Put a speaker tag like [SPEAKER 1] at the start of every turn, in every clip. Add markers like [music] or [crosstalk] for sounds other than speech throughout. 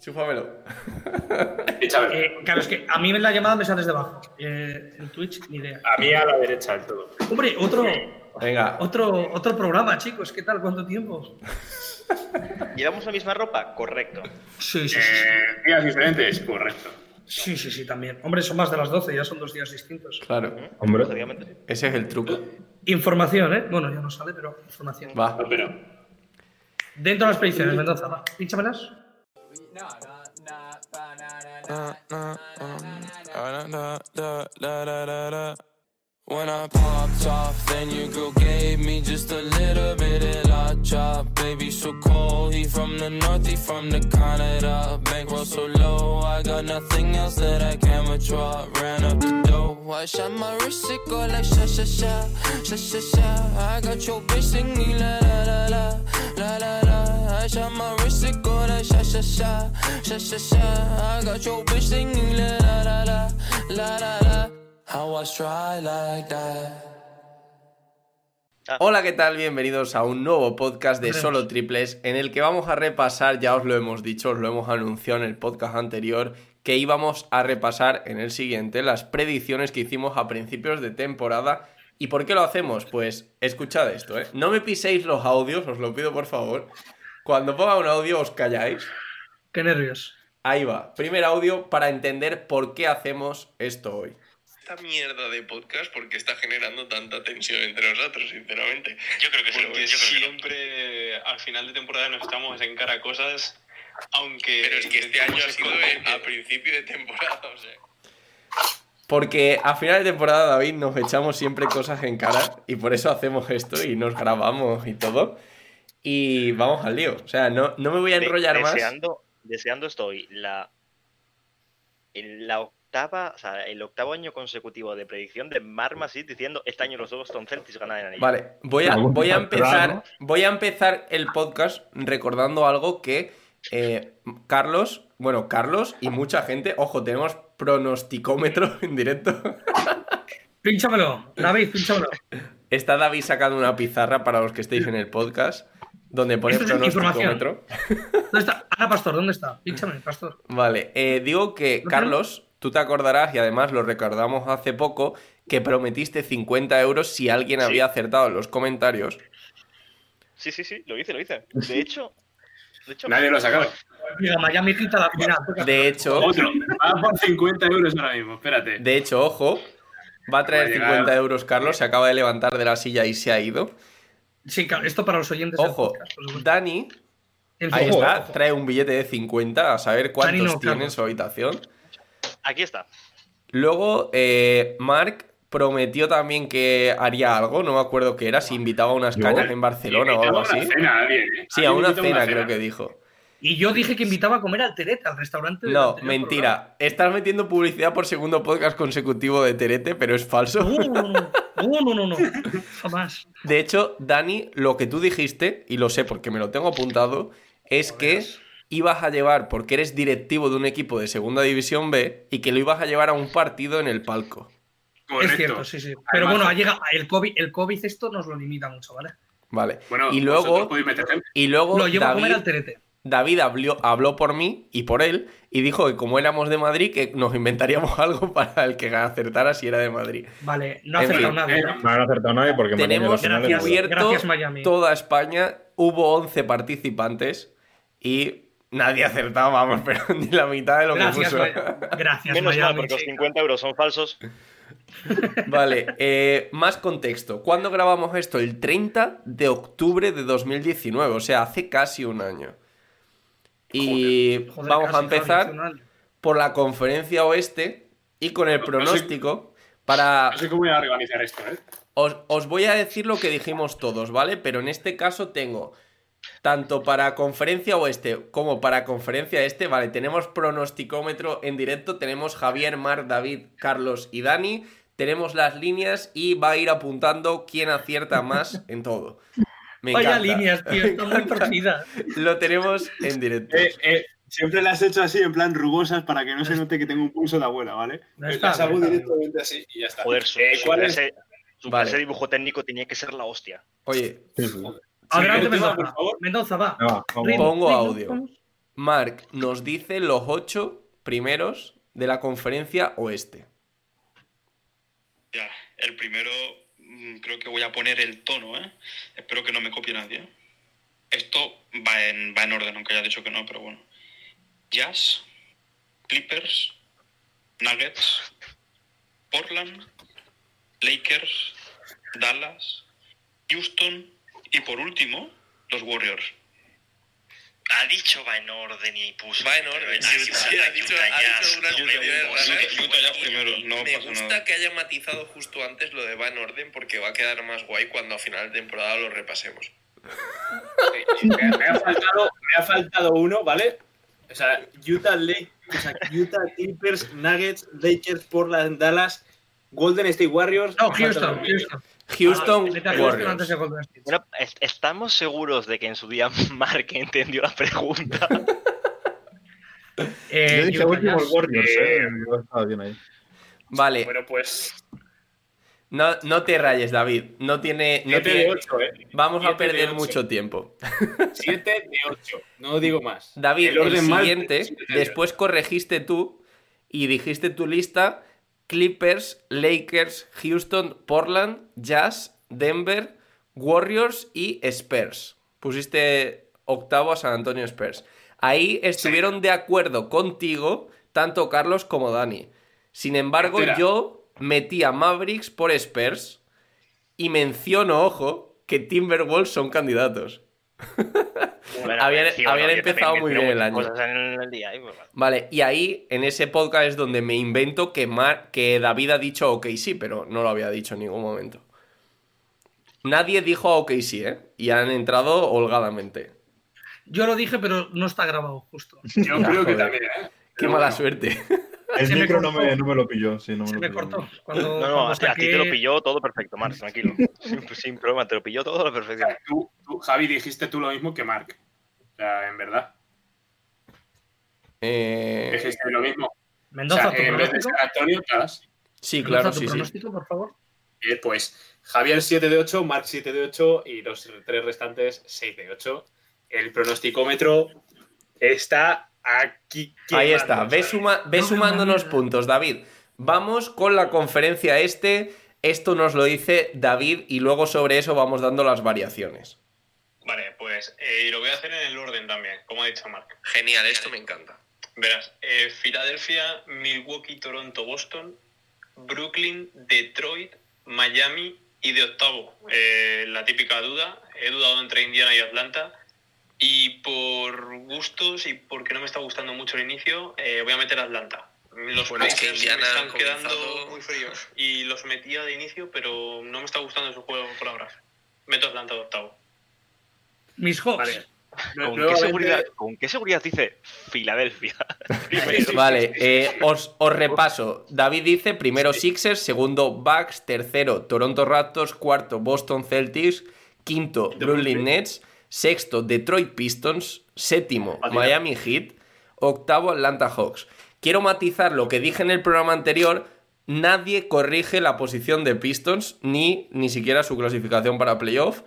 [SPEAKER 1] Chúpamelo.
[SPEAKER 2] Échamelo.
[SPEAKER 3] Eh, claro, es que a mí en la llamada me sale desde abajo. Eh, en Twitch, ni idea.
[SPEAKER 2] A mí a la derecha del todo.
[SPEAKER 3] Hombre, otro,
[SPEAKER 1] Venga.
[SPEAKER 3] otro, otro programa, chicos. ¿Qué tal? ¿Cuánto tiempo?
[SPEAKER 4] ¿Llevamos la misma ropa? Correcto.
[SPEAKER 3] Sí, sí, sí. sí.
[SPEAKER 2] Eh, días diferentes, correcto.
[SPEAKER 3] Sí, sí, sí, también. Hombre, son más de las 12, ya son dos días distintos.
[SPEAKER 1] Claro.
[SPEAKER 5] Hombre,
[SPEAKER 4] Lógicamente sí.
[SPEAKER 1] Ese es el truco.
[SPEAKER 3] Información, ¿eh? Bueno, ya no sale, pero información.
[SPEAKER 1] Va.
[SPEAKER 2] No, pero.
[SPEAKER 3] Dentro de las predicciones, Mendoza, va. Pínchamelas.
[SPEAKER 6] na, na, um, da, da, da, da, da, da, da. When I popped off, then your girl gave me just a little bit of la chop. Baby, so cold, he from the north, he from the Canada. Bankroll so low, I got nothing else that I can withdraw. Ran up the dough, I shot my wrist, it go like sha sha sha, sha sha sha. I got your bitch singing la la la la, la la la. I shot my wrist, it go like sha sha sha, sha sha sha. I got your bitch singing la pues, la la la, la la la. How I try like that.
[SPEAKER 1] Hola, ¿qué tal? Bienvenidos a un nuevo podcast de
[SPEAKER 3] Veremos.
[SPEAKER 1] Solo Triples, en el que vamos a repasar, ya os lo hemos dicho, os lo hemos anunciado en el podcast anterior, que íbamos a repasar en el siguiente las predicciones que hicimos a principios de temporada. ¿Y por qué lo hacemos? Pues escuchad esto, ¿eh? No me piséis los audios, os lo pido por favor. Cuando ponga un audio os calláis.
[SPEAKER 3] Qué nervios.
[SPEAKER 1] Ahí va, primer audio para entender por qué hacemos esto hoy.
[SPEAKER 7] esta mierda de podcast porque está generando tanta tensión entre nosotros, sinceramente.
[SPEAKER 8] Yo creo que sí,
[SPEAKER 7] Porque
[SPEAKER 8] yo creo que no.
[SPEAKER 7] siempre al final de temporada nos estamos en cara a cosas, aunque... Pero es que este
[SPEAKER 8] intentamos
[SPEAKER 7] año ha
[SPEAKER 8] ser
[SPEAKER 7] sido
[SPEAKER 8] coherentes.
[SPEAKER 7] a principio de temporada, o sea...
[SPEAKER 1] Porque a final de temporada, David, nos echamos siempre cosas en cara y por eso hacemos esto y nos grabamos y todo. Y vamos al lío. O sea, no, no me voy a
[SPEAKER 4] De-
[SPEAKER 1] enrollar más.
[SPEAKER 4] deseando, deseando estoy la, en la octava, o sea, el octavo año consecutivo de predicción de Marma Sid diciendo este año los Boston Celtics ganan el anillo.
[SPEAKER 1] Vale, voy a,
[SPEAKER 5] Algo
[SPEAKER 1] voy a
[SPEAKER 5] más
[SPEAKER 1] empezar.
[SPEAKER 5] raro.
[SPEAKER 1] Voy a empezar el podcast recordando algo que eh, Carlos, bueno, Carlos y mucha gente, ojo, tenemos pronosticómetro [laughs] en directo.
[SPEAKER 3] Pínchamelo, David, pínchamelo.
[SPEAKER 1] Está David sacando una pizarra para los que estéis en el podcast, donde pone
[SPEAKER 3] Esto es información.
[SPEAKER 1] pronosticómetro.
[SPEAKER 3] ¿Dónde está? Ana Pastor, ¿dónde está? Pínchame, Pastor.
[SPEAKER 1] Vale, eh, digo que
[SPEAKER 3] Ujú.
[SPEAKER 1] Carlos, tú te acordarás y además lo recordamos hace poco que prometiste 50 euros si alguien había acertado en los comentarios.
[SPEAKER 4] Sí, sí, sí, lo hice, lo hice. De hecho, de hecho
[SPEAKER 2] Nadie lo ha sacado.
[SPEAKER 3] Mira, Miami quita la final. Toca.
[SPEAKER 1] De
[SPEAKER 3] [laughs]
[SPEAKER 1] hecho,
[SPEAKER 2] Otro. Va por 50 euros ahora mismo, espérate.
[SPEAKER 1] de hecho, ojo, va a traer
[SPEAKER 2] Va a llegar.
[SPEAKER 1] 50 euros Carlos, se acaba de levantar de la silla y se ha ido.
[SPEAKER 3] Sí, claro, esto para los oyentes. del
[SPEAKER 1] Ojo,
[SPEAKER 3] podcast, por supuesto.
[SPEAKER 1] Dani,
[SPEAKER 3] En fin,
[SPEAKER 1] ahí
[SPEAKER 3] ojo,
[SPEAKER 1] está,
[SPEAKER 3] ojo.
[SPEAKER 1] trae un billete de 50 a saber
[SPEAKER 3] Dani no,
[SPEAKER 1] cuántos tiene en
[SPEAKER 3] Carlos.
[SPEAKER 1] su habitación.
[SPEAKER 4] aquí está.
[SPEAKER 1] Luego, eh, Mark prometió también que haría algo, no me acuerdo qué era, si invitaba a unas
[SPEAKER 5] ¿Yo?
[SPEAKER 1] cañas en Barcelona o
[SPEAKER 2] Invitaba
[SPEAKER 1] algo
[SPEAKER 2] a Eh, una
[SPEAKER 1] así.
[SPEAKER 2] cena, alguien, ¿eh?
[SPEAKER 1] Sí,
[SPEAKER 2] Alguien
[SPEAKER 1] a una
[SPEAKER 2] invitaba
[SPEAKER 1] cena, creo que dijo.
[SPEAKER 3] Y yo dije que invitaba a comer al Teret, al restaurante. del
[SPEAKER 1] No,
[SPEAKER 3] anterior
[SPEAKER 1] mentira. Estás metiendo publicidad por segundo podcast consecutivo de Terete, pero es falso.
[SPEAKER 3] programa. Uh, No, no, no, no, no, no. Jamás.
[SPEAKER 1] De hecho, Dani, lo que tú dijiste, y lo sé porque me lo tengo apuntado, es que ibas a llevar, porque eres directivo de un equipo de Segunda División B, y que lo ibas a llevar a un partido en el palco.
[SPEAKER 2] Correcto.
[SPEAKER 3] Es cierto, sí, sí. Pero
[SPEAKER 2] Además-
[SPEAKER 3] bueno, ha llegado el COVID, el COVID esto nos lo limita mucho, ¿vale?
[SPEAKER 1] Vale.
[SPEAKER 2] Bueno,
[SPEAKER 1] y
[SPEAKER 2] vosotros
[SPEAKER 1] luego,
[SPEAKER 2] podéis meter gente.
[SPEAKER 1] y luego
[SPEAKER 3] Lo llevo a comer
[SPEAKER 1] Oh, David,
[SPEAKER 3] al Terete.
[SPEAKER 1] David habló, habló por mí y por él, y dijo que como éramos de Madrid, que nos inventaríamos [laughs] algo para el que acertara si era de Madrid.
[SPEAKER 3] Vale, no ha
[SPEAKER 1] En
[SPEAKER 3] acertado
[SPEAKER 1] fin,
[SPEAKER 2] Eh,
[SPEAKER 3] nadie. ¿no?
[SPEAKER 5] no han acertado nadie porque Miami en la
[SPEAKER 1] Tenemos
[SPEAKER 5] final
[SPEAKER 3] Gracias.
[SPEAKER 5] es verdad.
[SPEAKER 1] cubierto
[SPEAKER 3] Gracias, Miami.
[SPEAKER 1] toda España. Hubo 11 participantes y nadie acertaba, vamos, [laughs] pero ni la mitad de lo
[SPEAKER 3] Gracias,
[SPEAKER 1] que puso.
[SPEAKER 3] Maya- gracias,
[SPEAKER 4] Menos mal,
[SPEAKER 3] Miami,
[SPEAKER 4] porque los
[SPEAKER 3] sí.
[SPEAKER 4] 50 euros son falsos.
[SPEAKER 1] [laughs] Vale, eh, más contexto. ¿Cuándo grabamos esto? El 30 de octubre de 2019, o sea, hace casi un año. Y
[SPEAKER 3] Joder,
[SPEAKER 1] vamos
[SPEAKER 3] casi,
[SPEAKER 1] a
[SPEAKER 3] claro,
[SPEAKER 1] empezar
[SPEAKER 3] hizo un año.
[SPEAKER 1] por la conferencia oeste y con el
[SPEAKER 2] No sé-
[SPEAKER 1] pronóstico para
[SPEAKER 2] No sé cómo voy a organizar esto, ¿eh?
[SPEAKER 1] Os, os voy a decir lo que dijimos todos, ¿vale? Pero en este caso tengo Tanto para conferencia oeste como para conferencia este, vale, tenemos pronosticómetro en directo, tenemos Javier, Mar, David, Carlos y Dani, tenemos las líneas y va a ir apuntando quién acierta más en todo. Me
[SPEAKER 3] Vaya
[SPEAKER 1] encanta.
[SPEAKER 3] líneas, tío,
[SPEAKER 1] Me
[SPEAKER 3] están muy
[SPEAKER 1] encanta.
[SPEAKER 3] torcidas.
[SPEAKER 1] Lo tenemos en directo.
[SPEAKER 2] Eh, eh, siempre las he hecho así, en plan rugosas, para que no se note que tengo un pulso de abuela, ¿vale?
[SPEAKER 3] No está,
[SPEAKER 2] Las hago
[SPEAKER 3] no está.
[SPEAKER 2] directamente así y ya está.
[SPEAKER 4] Joder, su,
[SPEAKER 2] Eh,
[SPEAKER 4] su
[SPEAKER 2] ¿cuál es?
[SPEAKER 4] clase, su
[SPEAKER 1] Vale.
[SPEAKER 4] clase de dibujo técnico tenía que ser la hostia.
[SPEAKER 1] Oye,
[SPEAKER 3] Adelante,
[SPEAKER 2] Sí, Mendoza,
[SPEAKER 3] Mendoza.
[SPEAKER 2] por favor.
[SPEAKER 3] Mendoza, va.
[SPEAKER 5] No, vamos.
[SPEAKER 3] Ritmo,
[SPEAKER 1] Pongo
[SPEAKER 3] ritmo,
[SPEAKER 1] audio.
[SPEAKER 3] vamos.
[SPEAKER 1] Mark nos dice los ocho primeros de la conferencia oeste.
[SPEAKER 7] Ya, el primero mm, creo que voy a poner el tono, ¿eh? Espero que no me copie nadie. ¿eh? Esto va en, va en orden, aunque haya dicho que no, pero bueno. Jazz, Clippers, Nuggets, Portland, Lakers, Dallas, Houston y por último, los Warriors.
[SPEAKER 4] Ha dicho va en orden y puso.
[SPEAKER 8] Va en orden.
[SPEAKER 4] Ah,
[SPEAKER 8] Sí,
[SPEAKER 4] sí,
[SPEAKER 8] ha
[SPEAKER 4] sí,
[SPEAKER 8] dicho-
[SPEAKER 4] sí,
[SPEAKER 8] ha dicho-
[SPEAKER 4] Utah
[SPEAKER 8] ha dicho
[SPEAKER 4] Jazz,
[SPEAKER 8] una ¿eh?
[SPEAKER 4] no me
[SPEAKER 8] tontería de
[SPEAKER 4] voy.
[SPEAKER 8] verdad.
[SPEAKER 7] Utah- Utah Jazz primero, no
[SPEAKER 8] Me
[SPEAKER 7] pasa
[SPEAKER 8] gusta
[SPEAKER 7] nada.
[SPEAKER 8] que haya matizado justo antes lo de va en orden porque va a quedar más guay cuando a final de temporada lo repasemos.
[SPEAKER 2] Me ha- me ha faltado- me ha faltado uno, ¿vale? O sea, Utah, Lake, o sea, Utah Clippers, Nuggets, Lakers, Portland, Dallas, Golden State Warriors.
[SPEAKER 3] No,
[SPEAKER 2] Me falta
[SPEAKER 3] Houston,
[SPEAKER 2] uno.
[SPEAKER 3] Houston.
[SPEAKER 1] Houston
[SPEAKER 3] Vete a Houston Ah,
[SPEAKER 1] Warriors.
[SPEAKER 3] antes de Golden State.
[SPEAKER 4] Bueno, es- estamos seguros de que en su día [laughs] Mark entendió
[SPEAKER 2] [laughs]
[SPEAKER 4] la pregunta.
[SPEAKER 3] Eh,
[SPEAKER 5] Yo dije
[SPEAKER 3] Utah
[SPEAKER 5] último el
[SPEAKER 3] Jazz.
[SPEAKER 5] Warriors,
[SPEAKER 2] eh.
[SPEAKER 5] eh. Yo estaba bien ahí.
[SPEAKER 1] Vale,
[SPEAKER 2] Bueno, pues.
[SPEAKER 1] no, no te rayes, David. No tiene. No
[SPEAKER 2] 7 de
[SPEAKER 1] tiene-
[SPEAKER 2] 8, ¿eh?
[SPEAKER 1] Vamos a
[SPEAKER 2] Siete de
[SPEAKER 1] perder
[SPEAKER 2] ocho.
[SPEAKER 1] mucho tiempo.
[SPEAKER 2] 7 de 8. No digo más.
[SPEAKER 1] David, el,
[SPEAKER 2] mal,
[SPEAKER 1] siguiente,
[SPEAKER 2] siete de ocho.
[SPEAKER 1] después corregiste tú y dijiste tu lista: Clippers, Lakers, Houston, Portland, Jazz, Denver, Warriors y Spurs. Pusiste octavo a San Antonio Spurs. Ahí estuvieron de acuerdo contigo tanto Carlos como Dani. Sin embargo,
[SPEAKER 2] Espera.
[SPEAKER 1] yo metí a Mavericks por Spurs y menciono, ojo, que Timberwolves son candidatos.
[SPEAKER 4] Bueno,
[SPEAKER 1] habían-
[SPEAKER 4] pues, sí,
[SPEAKER 1] habían
[SPEAKER 4] bueno, yo
[SPEAKER 1] empezado
[SPEAKER 4] también
[SPEAKER 1] muy
[SPEAKER 4] creo
[SPEAKER 1] bien el
[SPEAKER 4] muchas
[SPEAKER 1] año.
[SPEAKER 4] cosas en el día, y pues, bueno.
[SPEAKER 1] Vale, y ahí en ese podcast es donde me invento que, Mar- que David ha dicho OKC, pero no lo había dicho en ningún momento. Nadie dijo OKC, ¿eh? Y han entrado holgadamente.
[SPEAKER 3] Yo lo dije, pero no está grabado, justo.
[SPEAKER 2] Yo
[SPEAKER 1] Ya,
[SPEAKER 2] creo que
[SPEAKER 1] joder.
[SPEAKER 2] también, ¿eh?
[SPEAKER 1] Qué
[SPEAKER 2] Pero
[SPEAKER 1] mala
[SPEAKER 2] bueno.
[SPEAKER 1] suerte. [laughs]
[SPEAKER 3] Se
[SPEAKER 5] El
[SPEAKER 3] me
[SPEAKER 5] micro no
[SPEAKER 3] cortó.
[SPEAKER 5] me, no me lo pilló, sí, no me
[SPEAKER 3] Se
[SPEAKER 5] lo
[SPEAKER 3] me
[SPEAKER 5] pilló.
[SPEAKER 3] cortó. Cuando,
[SPEAKER 4] No, no,
[SPEAKER 3] cuando
[SPEAKER 4] a, a ti
[SPEAKER 3] saqué-
[SPEAKER 4] te lo pilló todo perfecto, Mark,
[SPEAKER 2] [laughs]
[SPEAKER 4] tranquilo. sin, sin problema, te lo pilló todo a la
[SPEAKER 2] O
[SPEAKER 4] perfección.
[SPEAKER 2] sea, tú, tú, Javi, dijiste tú lo mismo que Mark. O sea, en verdad.
[SPEAKER 1] Eh,
[SPEAKER 2] Dijiste lo mismo. O sea,
[SPEAKER 3] Mendoza, tu
[SPEAKER 2] en vez de
[SPEAKER 3] pronóstico.
[SPEAKER 2] San Antonio, Dallas.
[SPEAKER 1] sí,
[SPEAKER 3] Mendoza,
[SPEAKER 1] claro,
[SPEAKER 3] tu
[SPEAKER 1] sí, sí.
[SPEAKER 3] pronóstico, por favor.
[SPEAKER 2] Eh, pues Javier 7 de 8, Mark 7 de 8 y los tres restantes 6 de 8. El pronosticómetro está aquí.
[SPEAKER 1] Ahí
[SPEAKER 2] quemando,
[SPEAKER 1] está. Ve,
[SPEAKER 2] ¿sabes?
[SPEAKER 1] suma- ve
[SPEAKER 3] No me
[SPEAKER 1] sumándonos
[SPEAKER 3] mames.
[SPEAKER 1] puntos, David. Vamos con la conferencia este. Esto nos lo dice David y luego sobre eso vamos dando las variaciones.
[SPEAKER 7] Vale, pues eh, y lo voy a hacer en el orden también, como ha dicho Mark.
[SPEAKER 8] Genial, esto me encanta.
[SPEAKER 7] Verás, eh, Filadelfia, Milwaukee, Toronto, Boston, Brooklyn, Detroit, Miami y de octavo, eh, la típica duda. He dudado entre Indiana y Atlanta. Y por gustos y porque no me está gustando mucho el inicio, eh, voy a meter a Atlanta. Los
[SPEAKER 8] Bueno, es que
[SPEAKER 7] Pacers
[SPEAKER 8] Indiana
[SPEAKER 7] me están
[SPEAKER 8] ha comenzado-
[SPEAKER 7] quedando muy fríos. Y los metía de inicio, pero no me está gustando su juego por ahora. Meto a Atlanta de octavo.
[SPEAKER 3] Mis Hawks.
[SPEAKER 2] Vale.
[SPEAKER 4] ¿Con qué,
[SPEAKER 2] Nuevamente,
[SPEAKER 4] seguridad, ¿Con qué seguridad dice Filadelfia? [laughs]
[SPEAKER 1] Vale, eh, os, os repaso. David dice primero Sixers, segundo Bucks, tercero Toronto Raptors, cuarto Boston Celtics, quinto Brooklyn Nets, sexto Detroit Pistons, séptimo Miami Heat, octavo Atlanta Hawks. Quiero matizar lo que dije en el programa anterior. Nadie corrige la posición de Pistons ni ni siquiera su clasificación para playoff.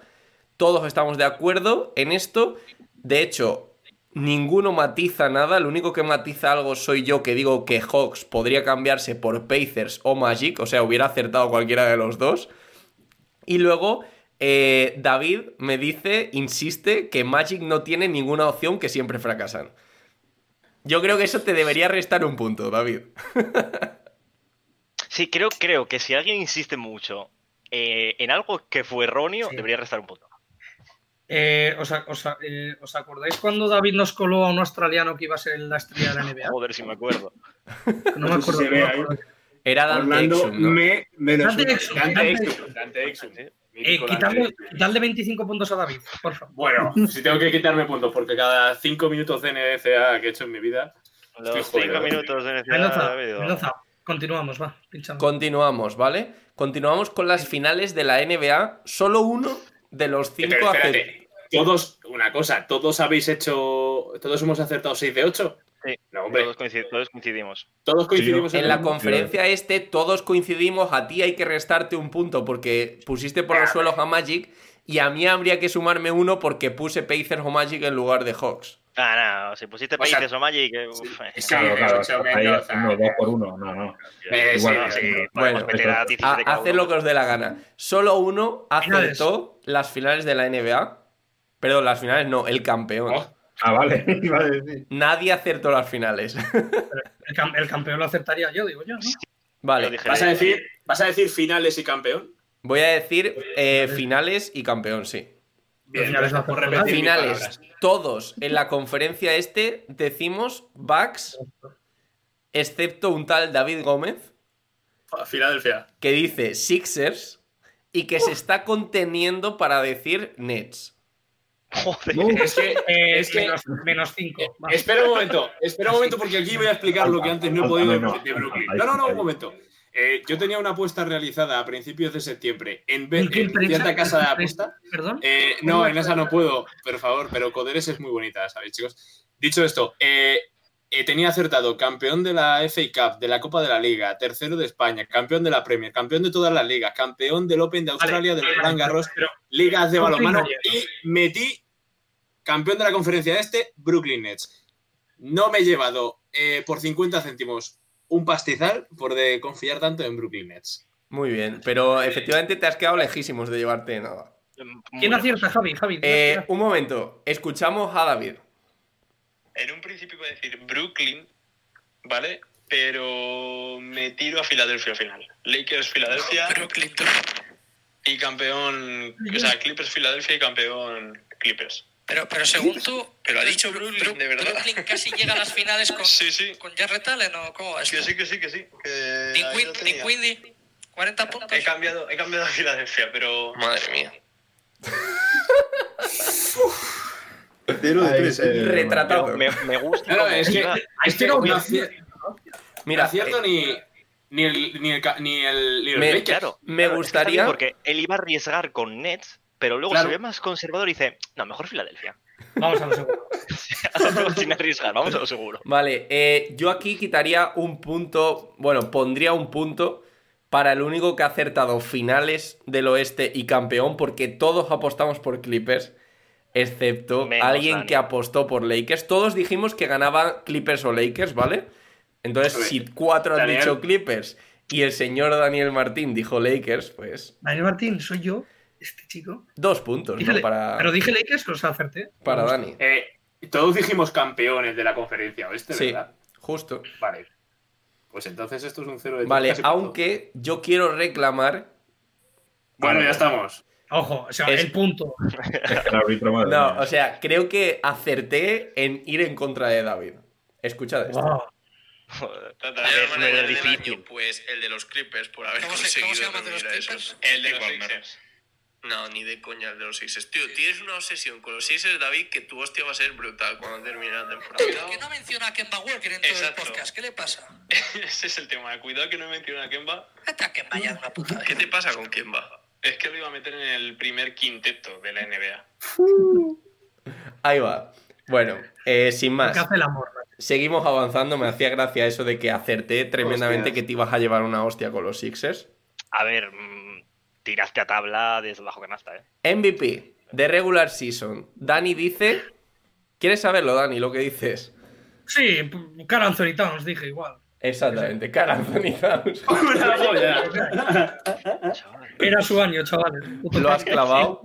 [SPEAKER 1] Todos estamos de acuerdo en esto. De hecho, ninguno matiza nada. Lo único que matiza algo soy yo que digo que Hawks podría cambiarse por Pacers o Magic. O sea, hubiera acertado cualquiera de los dos. Y luego eh, David me dice, insiste, que Magic no tiene ninguna opción, que siempre fracasan. Yo creo que eso te debería restar un punto, David.
[SPEAKER 4] Sí, creo, creo que si alguien insiste mucho eh, en algo que fue erróneo,
[SPEAKER 3] Sí.
[SPEAKER 4] debería restar un punto.
[SPEAKER 3] Eh, os, a- os a- eh, ¿os acordáis cuando David nos coló a un australiano que iba a ser la estrella de la NBA?
[SPEAKER 4] Joder, si me acuerdo.
[SPEAKER 3] No
[SPEAKER 2] No
[SPEAKER 3] me
[SPEAKER 2] sé si
[SPEAKER 3] acuerdo.
[SPEAKER 2] se
[SPEAKER 3] no me
[SPEAKER 2] ve
[SPEAKER 3] acuerdo.
[SPEAKER 1] Era Dante
[SPEAKER 2] Orlando
[SPEAKER 1] Exum, ¿no?
[SPEAKER 2] me menos
[SPEAKER 3] Dante
[SPEAKER 2] uno.
[SPEAKER 3] Exum,
[SPEAKER 2] Dante
[SPEAKER 3] Dante
[SPEAKER 2] Exum,
[SPEAKER 3] Exum.
[SPEAKER 2] Dante Exum.
[SPEAKER 3] Eh,
[SPEAKER 2] Nicolás
[SPEAKER 3] quitarle,
[SPEAKER 2] Ley.
[SPEAKER 3] quitarle 25 puntos a David, por favor.
[SPEAKER 2] Bueno, si tengo que quitarme puntos, porque cada 5 minutos de NDCA que he hecho en mi vida. eh,
[SPEAKER 4] Los
[SPEAKER 2] Estoy jodido.
[SPEAKER 4] cinco
[SPEAKER 2] eh.
[SPEAKER 4] minutos de eh, necesidad
[SPEAKER 3] Mendoza,
[SPEAKER 4] ha habido.
[SPEAKER 3] Mendoza, continuamos, va, pinchamos.
[SPEAKER 1] Continuamos, ¿vale? Continuamos con las finales de la NBA. Solo uno de los
[SPEAKER 2] Pero
[SPEAKER 1] cinco acertó.
[SPEAKER 2] espérate, todos, una cosa, todos habéis hecho. Todos hemos acertado 6 de 8.
[SPEAKER 4] Sí.
[SPEAKER 2] No, hombre,
[SPEAKER 4] Todos, coincid- todos coincidimos.
[SPEAKER 2] todos coincidimos
[SPEAKER 1] En la
[SPEAKER 2] el-
[SPEAKER 1] conferencia este todos coincidimos, a ti hay que restarte un punto porque pusiste por los suelos a Magic y a mí habría que sumarme uno porque puse Pacers o Magic en lugar de Hawks.
[SPEAKER 4] Ah, no, si pusiste
[SPEAKER 2] O sea,
[SPEAKER 4] países o Magic. eh, uf,
[SPEAKER 2] sí,
[SPEAKER 4] eh,
[SPEAKER 5] Claro, claro.
[SPEAKER 2] Ocho, ah,
[SPEAKER 5] ahí
[SPEAKER 2] Mendoza.
[SPEAKER 5] hacemos dos por uno. No, no.
[SPEAKER 2] Eh, sí,
[SPEAKER 5] Igual,
[SPEAKER 4] sí,
[SPEAKER 2] sí.
[SPEAKER 4] podemos
[SPEAKER 1] Bueno,
[SPEAKER 4] meter a 17
[SPEAKER 1] Ha-
[SPEAKER 4] cada
[SPEAKER 1] haced
[SPEAKER 4] uno.
[SPEAKER 1] lo que os dé la gana. Solo uno
[SPEAKER 3] Finales.
[SPEAKER 1] acertó las finales de la NBA. Perdón, las finales no, el campeón.
[SPEAKER 2] Oh.
[SPEAKER 5] Ah, vale. [laughs] iba a decir.
[SPEAKER 1] Nadie acertó las finales. [laughs]
[SPEAKER 3] El, cam- el campeón lo acertaría yo, digo yo, ¿no?
[SPEAKER 4] Yo
[SPEAKER 1] vale,
[SPEAKER 4] dije,
[SPEAKER 2] ¿Vas a,
[SPEAKER 4] eh,
[SPEAKER 2] decir, ¿Vas a decir finales y campeón?
[SPEAKER 1] voy a decir eh, finales y campeón, sí.
[SPEAKER 3] Bien, finales
[SPEAKER 2] gracias por
[SPEAKER 3] no
[SPEAKER 2] repetir mis
[SPEAKER 1] Finales,
[SPEAKER 2] palabras.
[SPEAKER 1] todos en la conferencia este decimos Bucks, excepto un tal David Gómez,
[SPEAKER 2] Filadelfia.
[SPEAKER 1] que dice Sixers y que se está conteniendo para decir Nets.
[SPEAKER 4] Joder.
[SPEAKER 2] Es
[SPEAKER 3] [laughs]
[SPEAKER 2] que,
[SPEAKER 3] Eh,
[SPEAKER 2] es que eh,
[SPEAKER 3] menos, menos cinco. Oh, va.
[SPEAKER 2] Espera un momento, espera un momento porque aquí voy a explicar lo que antes no he podido de, de Brooklyn. No, no, no, un momento. Eh, yo tenía una apuesta realizada a principios de septiembre en, vez-
[SPEAKER 3] ¿En qué
[SPEAKER 2] en
[SPEAKER 3] empresa?
[SPEAKER 2] cierta casa de apuesta.
[SPEAKER 3] Perdón.
[SPEAKER 2] Eh, no, en esa no puedo, por favor, pero Coderes es muy bonita, ¿sabéis, chicos? Dicho esto, eh, eh, tenía acertado campeón de la FA Cup, de la Copa de la Liga, tercero de España, campeón de la Premier, campeón de todas las ligas, campeón del Open de Australia, del Gran Garros,
[SPEAKER 3] pero-
[SPEAKER 2] ligas de
[SPEAKER 3] Brooklyn
[SPEAKER 2] balonmano
[SPEAKER 3] no llega.
[SPEAKER 2] y metí campeón de la conferencia este, Brooklyn Nets. No me he llevado eh, por 50 céntimos un pastizal por de confiar tanto en Brooklyn Nets.
[SPEAKER 1] Muy bien, pero efectivamente te has quedado lejísimos de llevarte nada.
[SPEAKER 3] ¿Quién acierta, Javi? Javi. ¿quién
[SPEAKER 1] Eh,
[SPEAKER 3] acierta?
[SPEAKER 1] un momento, escuchamos a David.
[SPEAKER 8] En un principio iba a decir Brooklyn, ¿vale? Pero me tiro a Filadelfia al final. Lakers, Filadelfia. Brooklyn. Y campeón. O sea, Clippers, Filadelfia y campeón Clippers.
[SPEAKER 9] Pero, pero según tú,
[SPEAKER 8] Pero ha dicho Brooklyn, de verdad.
[SPEAKER 9] Brooklyn casi llega a las finales con,
[SPEAKER 8] Sí, sí.
[SPEAKER 9] con Jarrett Allen o cómo va esto?
[SPEAKER 8] Que sí, que sí, que sí. que
[SPEAKER 9] Dick
[SPEAKER 8] ahí lo
[SPEAKER 9] Win-
[SPEAKER 8] tenía.
[SPEAKER 9] Dick Windy, 40 puntos.
[SPEAKER 8] He cambiado, he cambiado a Filadelfia, pero.
[SPEAKER 7] Madre mía.
[SPEAKER 5] Tiro de Ahí tres, se- eh,
[SPEAKER 1] Retratado.
[SPEAKER 4] Me, me gusta.
[SPEAKER 2] Claro,
[SPEAKER 4] cómo
[SPEAKER 2] es que,
[SPEAKER 4] iba.
[SPEAKER 2] es
[SPEAKER 3] este
[SPEAKER 2] que no, no hacía-
[SPEAKER 1] Mira,
[SPEAKER 2] no acierto
[SPEAKER 1] eh,
[SPEAKER 2] ni, ni el ni el ca- ni el, ni el
[SPEAKER 1] me-
[SPEAKER 2] Lakers.
[SPEAKER 4] Claro.
[SPEAKER 1] me
[SPEAKER 4] claro, es que está
[SPEAKER 1] gustaría...
[SPEAKER 4] bien Porque él iba a arriesgar con Nets, pero luego
[SPEAKER 2] Claro.
[SPEAKER 4] se ve más conservador y dice: No, mejor Filadelfia. [laughs]
[SPEAKER 3] Vamos a lo seguro.
[SPEAKER 4] Sin arriesgar, vamos a lo seguro.
[SPEAKER 1] Vale, eh, yo aquí quitaría un punto, bueno, pondría un punto para el único que ha acertado finales del oeste y campeón, porque todos apostamos por Clippers, excepto
[SPEAKER 4] Menos
[SPEAKER 1] alguien
[SPEAKER 4] Dani.
[SPEAKER 1] que apostó por Lakers. Todos dijimos que ganaban Clippers o Lakers, ¿vale? Entonces,
[SPEAKER 2] Hombre,
[SPEAKER 1] si cuatro han
[SPEAKER 2] Daniel.
[SPEAKER 1] dicho Clippers y el señor Daniel Martín dijo Lakers, pues
[SPEAKER 3] Daniel Martín, soy yo, este chico.
[SPEAKER 1] dos puntos,
[SPEAKER 3] Dije
[SPEAKER 1] ¿no?
[SPEAKER 3] Le-
[SPEAKER 1] Para,
[SPEAKER 3] Pero dije Lakers que los acerté.
[SPEAKER 1] Ah. para Dani.
[SPEAKER 3] Vamos.
[SPEAKER 2] Eh, todos dijimos campeones de la conferencia oeste,
[SPEAKER 1] Sí,
[SPEAKER 2] ¿verdad?
[SPEAKER 1] justo.
[SPEAKER 2] Vale. Pues entonces esto es un cero de
[SPEAKER 1] Vale,
[SPEAKER 2] casi punto.
[SPEAKER 1] aunque yo quiero reclamar
[SPEAKER 2] Bueno, ya estamos.
[SPEAKER 3] Ojo, o sea,
[SPEAKER 1] Es-
[SPEAKER 3] el punto.
[SPEAKER 5] El árbitro, madre
[SPEAKER 1] No,
[SPEAKER 5] mía.
[SPEAKER 1] o sea, creo que acerté en ir en contra de David. Escuchad esto.
[SPEAKER 3] Wow.
[SPEAKER 4] Joder.
[SPEAKER 8] Trataré
[SPEAKER 4] Es
[SPEAKER 8] de ganar
[SPEAKER 4] medio
[SPEAKER 8] el del
[SPEAKER 4] difícil.
[SPEAKER 8] año, pues el de los Clippers por haber
[SPEAKER 9] ¿Cómo se-
[SPEAKER 8] conseguido
[SPEAKER 9] cómo se llama el de los
[SPEAKER 8] reunir a
[SPEAKER 9] Clippers?
[SPEAKER 8] esos. El de
[SPEAKER 7] Dick
[SPEAKER 8] los
[SPEAKER 7] Wagner.
[SPEAKER 8] Sixers. No, ni de coña el de los Sixers. Tío, tienes una obsesión con los Sixers, David, que tu hostia va a ser brutal cuando termine la
[SPEAKER 9] ¿Por
[SPEAKER 6] [laughs]
[SPEAKER 9] qué
[SPEAKER 8] temporada.
[SPEAKER 9] no menciona a Kemba Walker en todo el
[SPEAKER 8] Exacto.
[SPEAKER 9] podcast? ¿Qué le pasa?
[SPEAKER 8] [laughs] Ese es el tema. Cuidado que no he mencionado a Kemba.
[SPEAKER 9] Vete a Kemba ya de una puta vez.
[SPEAKER 8] ¿Qué te pasa con Kemba? Es que lo iba a meter en el primer quinteto de la NBA.
[SPEAKER 1] Ahí va. Bueno, eh, sin
[SPEAKER 3] Lo que
[SPEAKER 1] más,
[SPEAKER 3] hace el amor. ¿no?
[SPEAKER 1] seguimos avanzando. Me hacía gracia eso de que acerté tremendamente
[SPEAKER 2] Hostias.
[SPEAKER 1] que te ibas a llevar una hostia con los Sixers.
[SPEAKER 4] [laughs] A ver, mm, tiraste a tabla desde bajo canasta, ¿eh?
[SPEAKER 1] MVP de regular season. Dani dice. ¿Quieres saberlo, Dani, lo que dices?
[SPEAKER 3] Sí, p- cara Anthony Towns, dije igual.
[SPEAKER 1] Exactamente, cara, Anthony Towns.
[SPEAKER 2] [laughs] [laughs] Una polla.
[SPEAKER 4] Chaval.
[SPEAKER 3] [laughs] Era su año, chavales. Puto
[SPEAKER 1] Lo has
[SPEAKER 3] [laughs] crack.
[SPEAKER 1] clavado.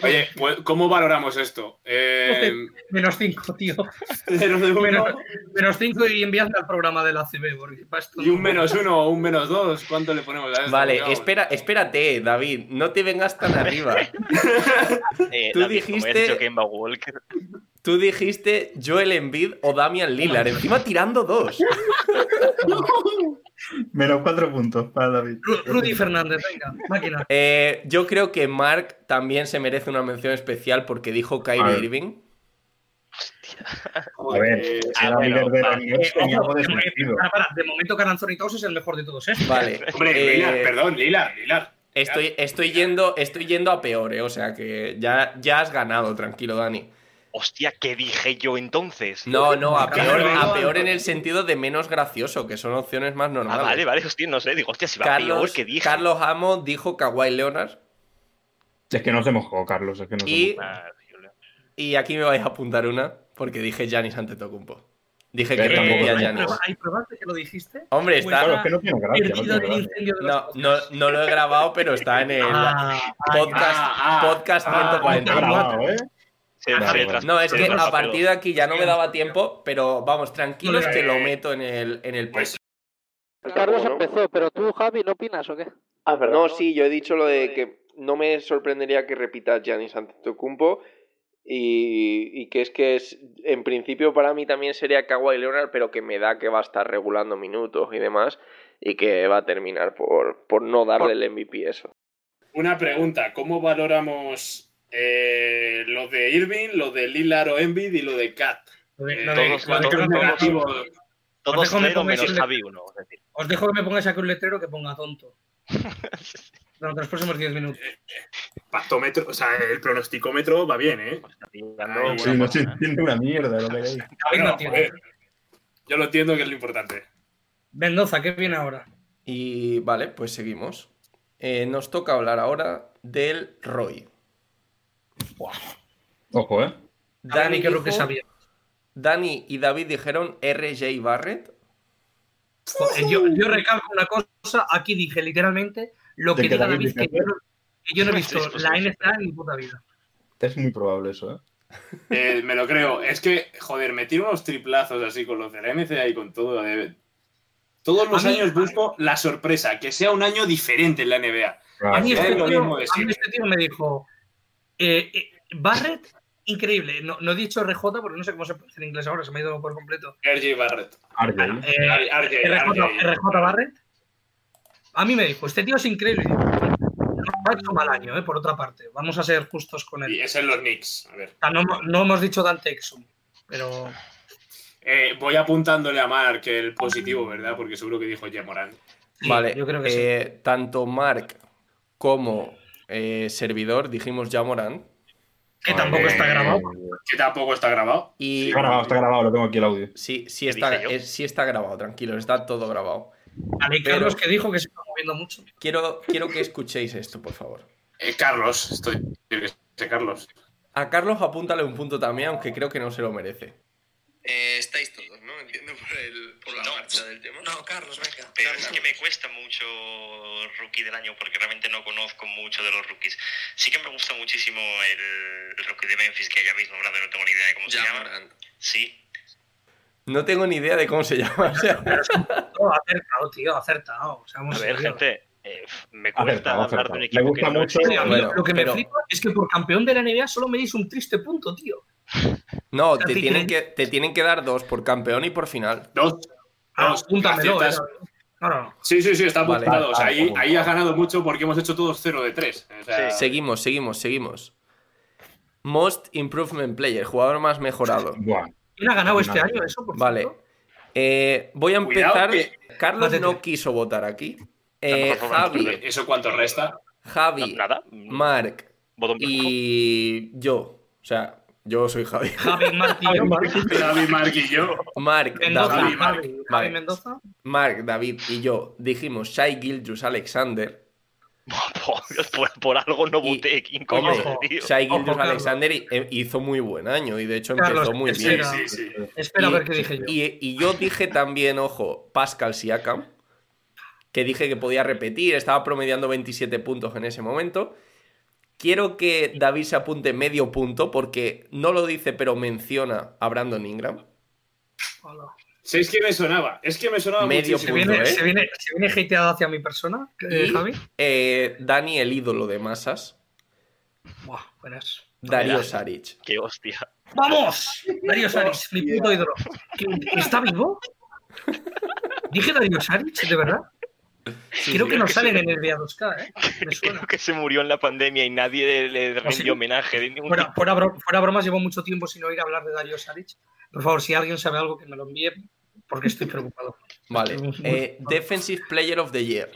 [SPEAKER 2] Oye, pues, ¿cómo valoramos esto? Eh,
[SPEAKER 3] Menos 5, tío.
[SPEAKER 2] [laughs] cero de uno
[SPEAKER 3] Menos, menos 5 y enviadme al programa de la CB, porque para esto.
[SPEAKER 2] [laughs] y un menos uno o un menos dos. ¿Cuánto le ponemos a esto?
[SPEAKER 1] Vale,
[SPEAKER 2] Vamos.
[SPEAKER 1] espera, espérate, David. No te vengas tan
[SPEAKER 2] [laughs]
[SPEAKER 1] arriba.
[SPEAKER 4] Eh,
[SPEAKER 1] Tú
[SPEAKER 4] David, como
[SPEAKER 1] dijiste-
[SPEAKER 4] habías dicho Kemba Walker.
[SPEAKER 1] Tú dijiste Joel Embiid o Damian Lillard. Encima tirando dos.
[SPEAKER 5] Menos cuatro puntos para David.
[SPEAKER 3] Ru- Rudy Fernández, venga, máquina.
[SPEAKER 1] Eh, yo creo que Mark también se merece una mención especial porque dijo Kyrie
[SPEAKER 5] ver.
[SPEAKER 1] Irving.
[SPEAKER 5] A ver, era líder de la
[SPEAKER 3] Eh,
[SPEAKER 5] NBA tenía
[SPEAKER 3] ojo,
[SPEAKER 5] algo de
[SPEAKER 3] de, mo-
[SPEAKER 5] sentido.
[SPEAKER 3] para, para, de momento Caranzoni Todos es el mejor de todos, ¿eh?
[SPEAKER 1] Vale.
[SPEAKER 2] [laughs] Hombre,
[SPEAKER 1] Eh,
[SPEAKER 2] Lilar, perdón, Lilar, Lilar.
[SPEAKER 1] Estoy, estoy, yendo, estoy yendo a peor, eh, o sea que ya, ya has ganado, tranquilo, Dani.
[SPEAKER 4] Hostia, ¿qué dije yo entonces?
[SPEAKER 1] No, no,
[SPEAKER 4] [laughs]
[SPEAKER 1] a peor, a
[SPEAKER 4] Ah,
[SPEAKER 1] peor en el sentido de menos gracioso, que son opciones más normales.
[SPEAKER 4] vale, vale, hostia, no sé. Digo, hostia, si va peor
[SPEAKER 1] Carlos,
[SPEAKER 4] que dije.
[SPEAKER 1] Carlos Amo dijo Kawhi Leonard.
[SPEAKER 5] Es que no se mojó, Carlos. Es que no se
[SPEAKER 1] Y,
[SPEAKER 5] mojó.
[SPEAKER 1] y aquí me vais a apuntar una, porque dije Giannis Antetokounmpo. Dije que
[SPEAKER 5] Pero
[SPEAKER 1] tampoco
[SPEAKER 5] tampoco
[SPEAKER 1] era
[SPEAKER 5] es
[SPEAKER 3] ¿Hay,
[SPEAKER 1] Giannis.
[SPEAKER 3] proba- hay pruebas de que lo dijiste?
[SPEAKER 1] Hombre, está-
[SPEAKER 5] Claro, es que no tiene gracia. No
[SPEAKER 3] Perdido
[SPEAKER 5] tiene
[SPEAKER 3] en el
[SPEAKER 5] gracia.
[SPEAKER 3] incendio de los...
[SPEAKER 1] No, no, no lo he grabado, pero está en el
[SPEAKER 3] Ah,
[SPEAKER 1] podcast,
[SPEAKER 2] ah,
[SPEAKER 1] podcast
[SPEAKER 2] ah,
[SPEAKER 5] Está
[SPEAKER 1] 140.
[SPEAKER 5] grabado, ¿eh?
[SPEAKER 4] Se-
[SPEAKER 5] Vale,
[SPEAKER 4] se
[SPEAKER 5] vale.
[SPEAKER 4] tras-
[SPEAKER 1] No, es
[SPEAKER 4] se
[SPEAKER 1] que a
[SPEAKER 4] traspapeló.
[SPEAKER 1] partir de aquí ya no me daba tiempo, pero vamos, tranquilos que lo meto en el, en el podcast.
[SPEAKER 10] Carlos empezó, pero tú, Javi, ¿no opinas o qué?
[SPEAKER 1] No, sí, yo he dicho Ah, lo de que no me sorprendería que repita Giannis Antetokounmpo y, y que es que es, en principio para mí también sería Kawhi Leonard, pero que me da que va a estar regulando minutos y demás y que va a terminar por, por no darle el MVP eso.
[SPEAKER 2] Una pregunta, ¿cómo valoramos eh, lo de Irving, lo de Lilar o Embiid y lo de Kat?
[SPEAKER 3] Lo de-
[SPEAKER 2] Eh,
[SPEAKER 3] lo de-
[SPEAKER 4] todos-
[SPEAKER 3] lo de-
[SPEAKER 4] todos-
[SPEAKER 3] lo de-
[SPEAKER 2] negativo.
[SPEAKER 4] Todos
[SPEAKER 3] Déjame
[SPEAKER 4] cero
[SPEAKER 3] poner
[SPEAKER 4] menos
[SPEAKER 3] el-
[SPEAKER 4] Javi uno. es decir.
[SPEAKER 3] Os dejo que me pongáis aquí un letrero que ponga tonto. Durante los próximos 10 minutos.
[SPEAKER 2] Pactómetro, o sea, el pronosticómetro va bien, ¿eh?
[SPEAKER 3] Pues
[SPEAKER 4] Dando
[SPEAKER 5] Sí,
[SPEAKER 4] buena
[SPEAKER 5] no se
[SPEAKER 4] forma, ¿eh?
[SPEAKER 5] entiende una mierda lo que hay.
[SPEAKER 3] David no
[SPEAKER 2] Bueno,
[SPEAKER 3] entiende.
[SPEAKER 2] joder, Yo lo entiendo que es lo importante.
[SPEAKER 3] Mendoza, ¿qué viene ahora?
[SPEAKER 1] Y vale, pues seguimos. Eh, nos toca hablar ahora del Roy.
[SPEAKER 5] Ojo, ¿eh?
[SPEAKER 3] Dani,
[SPEAKER 1] Dani,
[SPEAKER 3] creo que
[SPEAKER 1] dijo-
[SPEAKER 3] sabía.
[SPEAKER 1] Dani y David dijeron RJ Barrett.
[SPEAKER 3] Joder, Yo, yo recalco una cosa. Aquí dije literalmente lo
[SPEAKER 5] De
[SPEAKER 3] que
[SPEAKER 5] que
[SPEAKER 3] diga
[SPEAKER 5] David
[SPEAKER 3] David, que
[SPEAKER 5] dice-
[SPEAKER 3] yo, no, que yo no he visto
[SPEAKER 4] Sí, sí, sí,
[SPEAKER 3] la
[SPEAKER 4] sí.
[SPEAKER 3] NCA en mi puta vida.
[SPEAKER 5] Es muy probable eso, ¿eh?
[SPEAKER 2] Eh, me lo creo. Es que, joder, me tiro unos triplazos así con los de la MCA y con todo. eh. Todos los
[SPEAKER 3] A mí-
[SPEAKER 2] años busco la sorpresa, que sea un año diferente en la NBA.
[SPEAKER 3] A
[SPEAKER 5] Claro.
[SPEAKER 3] mí este
[SPEAKER 2] es lo
[SPEAKER 3] tío,
[SPEAKER 2] mismo de
[SPEAKER 3] a mí
[SPEAKER 2] siempre.
[SPEAKER 3] este tío me dijo, eh, eh, Barrett, increíble. No, no he dicho RJ porque no sé cómo se puede en inglés ahora, se me ha ido por completo.
[SPEAKER 2] RJ Barrett.
[SPEAKER 5] Argyle.
[SPEAKER 3] Eh,
[SPEAKER 2] RJ,
[SPEAKER 3] RJ,
[SPEAKER 2] RJ.
[SPEAKER 3] RJ Barrett. A mí me dijo, este tío es increíble. No ha hecho mal año, eh, por otra parte. Vamos a ser justos con
[SPEAKER 2] Y
[SPEAKER 3] él.
[SPEAKER 2] es en los Knicks. A ver.
[SPEAKER 3] O sea, no, no hemos dicho Dante Exum, pero
[SPEAKER 2] Eh, voy apuntándole a Mark el positivo, ¿verdad? Porque seguro que dijo ya Morán.
[SPEAKER 3] sí,
[SPEAKER 1] vale,
[SPEAKER 3] yo creo que sí.
[SPEAKER 1] eh, tanto Mark como eh, servidor dijimos ya Morán.
[SPEAKER 3] Que tampoco está grabado.
[SPEAKER 2] Que tampoco está grabado.
[SPEAKER 1] Y
[SPEAKER 5] Eh, Está grabado, está grabado, lo tengo aquí el audio.
[SPEAKER 1] sí, sí
[SPEAKER 4] ¿Qué
[SPEAKER 1] está,
[SPEAKER 4] dije yo?
[SPEAKER 1] es- sí está grabado, tranquilo, está todo grabado.
[SPEAKER 3] Vale, y
[SPEAKER 1] pero-
[SPEAKER 3] Carlos que dijo que se está moviendo mucho.
[SPEAKER 1] Quiero, quiero que escuchéis esto, por favor.
[SPEAKER 2] Eh, Carlos, estoy. yo qué sé, Carlos.
[SPEAKER 1] A Carlos apúntale un punto también, aunque creo que no se lo merece.
[SPEAKER 10] Eh, estáis todos.
[SPEAKER 8] No entiendo por, el, por la
[SPEAKER 9] No.
[SPEAKER 8] marcha del tema.
[SPEAKER 10] No, Carlos, venga.
[SPEAKER 4] Pero
[SPEAKER 10] Carlos,
[SPEAKER 4] es que me cuesta mucho rookie del año porque realmente no conozco mucho de los rookies. Sí que me gusta muchísimo el, el rookie de Memphis que ya habéis nombrado, no tengo ni idea de cómo se
[SPEAKER 8] Ya,
[SPEAKER 4] llama.
[SPEAKER 8] Morant.
[SPEAKER 4] Sí.
[SPEAKER 1] No tengo ni idea de cómo se llama. o sea,
[SPEAKER 3] No, acertado, tío, acertado. O sea,
[SPEAKER 4] A
[SPEAKER 3] vamos
[SPEAKER 4] ver,
[SPEAKER 3] serios.
[SPEAKER 4] gente, eh, f- me
[SPEAKER 5] Acertado,
[SPEAKER 4] cuesta hablar
[SPEAKER 5] acertado.
[SPEAKER 4] de un
[SPEAKER 5] Me
[SPEAKER 4] equipo
[SPEAKER 5] gusta
[SPEAKER 4] que no
[SPEAKER 5] mucho-
[SPEAKER 4] existe.
[SPEAKER 3] Sí, a mí
[SPEAKER 1] Bueno,
[SPEAKER 3] lo que
[SPEAKER 1] pero-
[SPEAKER 3] me flipa es que por campeón de la NBA solo me dice un triste punto, tío.
[SPEAKER 1] no,
[SPEAKER 3] sea,
[SPEAKER 1] te
[SPEAKER 3] ¿qué
[SPEAKER 1] tienen, que, te tienen que dar dos por campeón y por final.
[SPEAKER 2] Dos.
[SPEAKER 3] Ah,
[SPEAKER 2] Dos,
[SPEAKER 3] apúntamelo,
[SPEAKER 2] aciertas.
[SPEAKER 3] eh. No, no, no.
[SPEAKER 2] Sí, sí, sí, está
[SPEAKER 1] Vale.
[SPEAKER 2] apuntado. O sea,
[SPEAKER 5] Ah,
[SPEAKER 2] ahí,
[SPEAKER 5] ah,
[SPEAKER 2] ahí
[SPEAKER 5] ah.
[SPEAKER 2] has ganado mucho porque hemos hecho todos 0 de 3. O sea,
[SPEAKER 1] Seguimos, seguimos, seguimos. Most Improvement Player, jugador más
[SPEAKER 4] [laughs]
[SPEAKER 1] mejorado.
[SPEAKER 5] Buah.
[SPEAKER 3] ¿Quién ha ganado este
[SPEAKER 5] Nada.
[SPEAKER 3] año eso? Por
[SPEAKER 1] Vale.
[SPEAKER 3] cierto?
[SPEAKER 1] Eh, voy a
[SPEAKER 2] Cuidado
[SPEAKER 1] empezar.
[SPEAKER 2] que-
[SPEAKER 1] Carlos
[SPEAKER 3] Vale,
[SPEAKER 1] no
[SPEAKER 3] tío.
[SPEAKER 1] quiso votar aquí. Eh,
[SPEAKER 4] mejor forma de
[SPEAKER 1] Javi,
[SPEAKER 2] ¿Eso cuánto resta?
[SPEAKER 1] Javi,
[SPEAKER 4] Nada.
[SPEAKER 1] Mark
[SPEAKER 4] Botón blanco.
[SPEAKER 1] y yo. O sea, yo soy
[SPEAKER 3] [laughs]
[SPEAKER 1] Javi.
[SPEAKER 3] Javi Martillo,
[SPEAKER 2] David, Mark y yo.
[SPEAKER 1] Mark,
[SPEAKER 3] Mendoza,
[SPEAKER 1] David,
[SPEAKER 3] Javi,
[SPEAKER 2] Mar-
[SPEAKER 3] Javi
[SPEAKER 1] Vale.
[SPEAKER 3] Mendoza.
[SPEAKER 1] Mark, David y yo dijimos Shai Gildrus Alexander.
[SPEAKER 4] [laughs] por, por algo no
[SPEAKER 1] Y-
[SPEAKER 4] voté. ¿Quién coño
[SPEAKER 1] Hombre,
[SPEAKER 4] es ese tío?
[SPEAKER 1] Shai
[SPEAKER 3] Ojo,
[SPEAKER 1] Gildrus
[SPEAKER 3] Carlos.
[SPEAKER 1] Alexander hi- eh, hizo muy buen año y de hecho empezó
[SPEAKER 3] Carlos,
[SPEAKER 1] muy
[SPEAKER 3] sí,
[SPEAKER 1] bien.
[SPEAKER 3] sí,
[SPEAKER 2] Sí, sí.
[SPEAKER 3] Espera a
[SPEAKER 1] Y-
[SPEAKER 3] ver qué dije yo.
[SPEAKER 1] Y, y yo dije también, ojo, Pascal Siakam, que dije que podía repetir, estaba promediando 27 puntos en ese momento. Quiero que David se apunte medio punto porque no lo dice, pero menciona a Brandon Ingram.
[SPEAKER 3] Hola.
[SPEAKER 2] Sí, es que me sonaba. Es que me sonaba
[SPEAKER 1] Medio
[SPEAKER 3] ¿Se,
[SPEAKER 2] muchísimo.
[SPEAKER 1] punto,
[SPEAKER 3] viene,
[SPEAKER 1] ¿eh?
[SPEAKER 3] se, viene, se viene hateado hacia mi persona, eh,
[SPEAKER 1] Y-
[SPEAKER 3] Javi.
[SPEAKER 1] Eh, Dani, el ídolo de masas.
[SPEAKER 3] Buah, buenas.
[SPEAKER 1] Darío Saric.
[SPEAKER 4] Qué hostia. [laughs]
[SPEAKER 3] ¡Vamos! Darío Saris, mi puto ídolo. ¿Que- que ¿Está vivo? ¿Dije Darío Saric, de verdad? Creo que no salen en el VA2K, ¿eh? [laughs]
[SPEAKER 4] Creo que se murió en la pandemia y nadie le, le
[SPEAKER 3] sí?
[SPEAKER 4] rindió homenaje. de ningún
[SPEAKER 3] Fuera,
[SPEAKER 4] tipo.
[SPEAKER 3] fuera, bro- fuera bromas, llevo mucho tiempo sin oír hablar de Darío Saric. Por favor, si alguien sabe algo, que me lo envíe, porque estoy preocupado. [laughs]
[SPEAKER 1] Vale. eh, Defensive Player of the Year.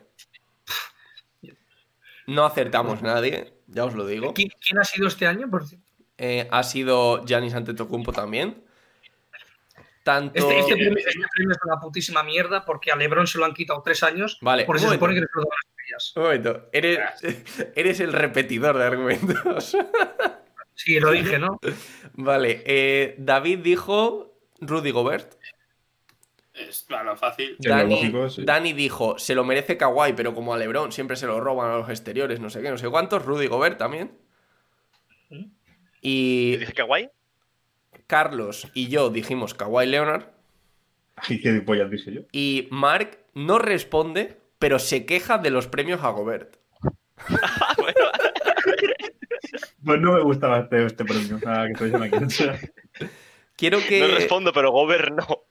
[SPEAKER 1] No acertamos nadie, ya os lo digo.
[SPEAKER 3] ¿Qui- ¿Quién ha sido este año, por cierto?
[SPEAKER 1] Eh, ha sido Giannis Antetokounmpo también. Tanto...
[SPEAKER 3] Este, este premio, este premio es una putísima mierda porque a Lebron se lo han quitado tres años
[SPEAKER 1] Vale,
[SPEAKER 3] porque
[SPEAKER 1] un momento.
[SPEAKER 3] se supone que eres todas las estrellas.
[SPEAKER 1] Un momento, eres, [laughs] eres el repetidor de argumentos. [laughs]
[SPEAKER 3] Sí, lo dije, ¿no?
[SPEAKER 1] Vale, eh, David dijo Rudy Gobert.
[SPEAKER 2] Es claro, fácil.
[SPEAKER 1] Dani, Dani dijo, se lo merece Kawhi, pero como a Lebron siempre se lo roban a los exteriores, no sé qué, no sé cuántos. Rudy Gobert también.
[SPEAKER 3] ¿Mm?
[SPEAKER 1] Y...
[SPEAKER 4] ¿Dice Kawhi?
[SPEAKER 1] Carlos y yo dijimos Kawhi Leonard.
[SPEAKER 5] Y qué pollas dije yo.
[SPEAKER 1] Y Mark no responde, pero se queja de los premios a Gobert.
[SPEAKER 5] Pues no me gustaba este, este premio. Nada, que estoy diciendo aquí. O sea,
[SPEAKER 3] [laughs]
[SPEAKER 1] Quiero que...
[SPEAKER 4] No respondo, pero Gober no.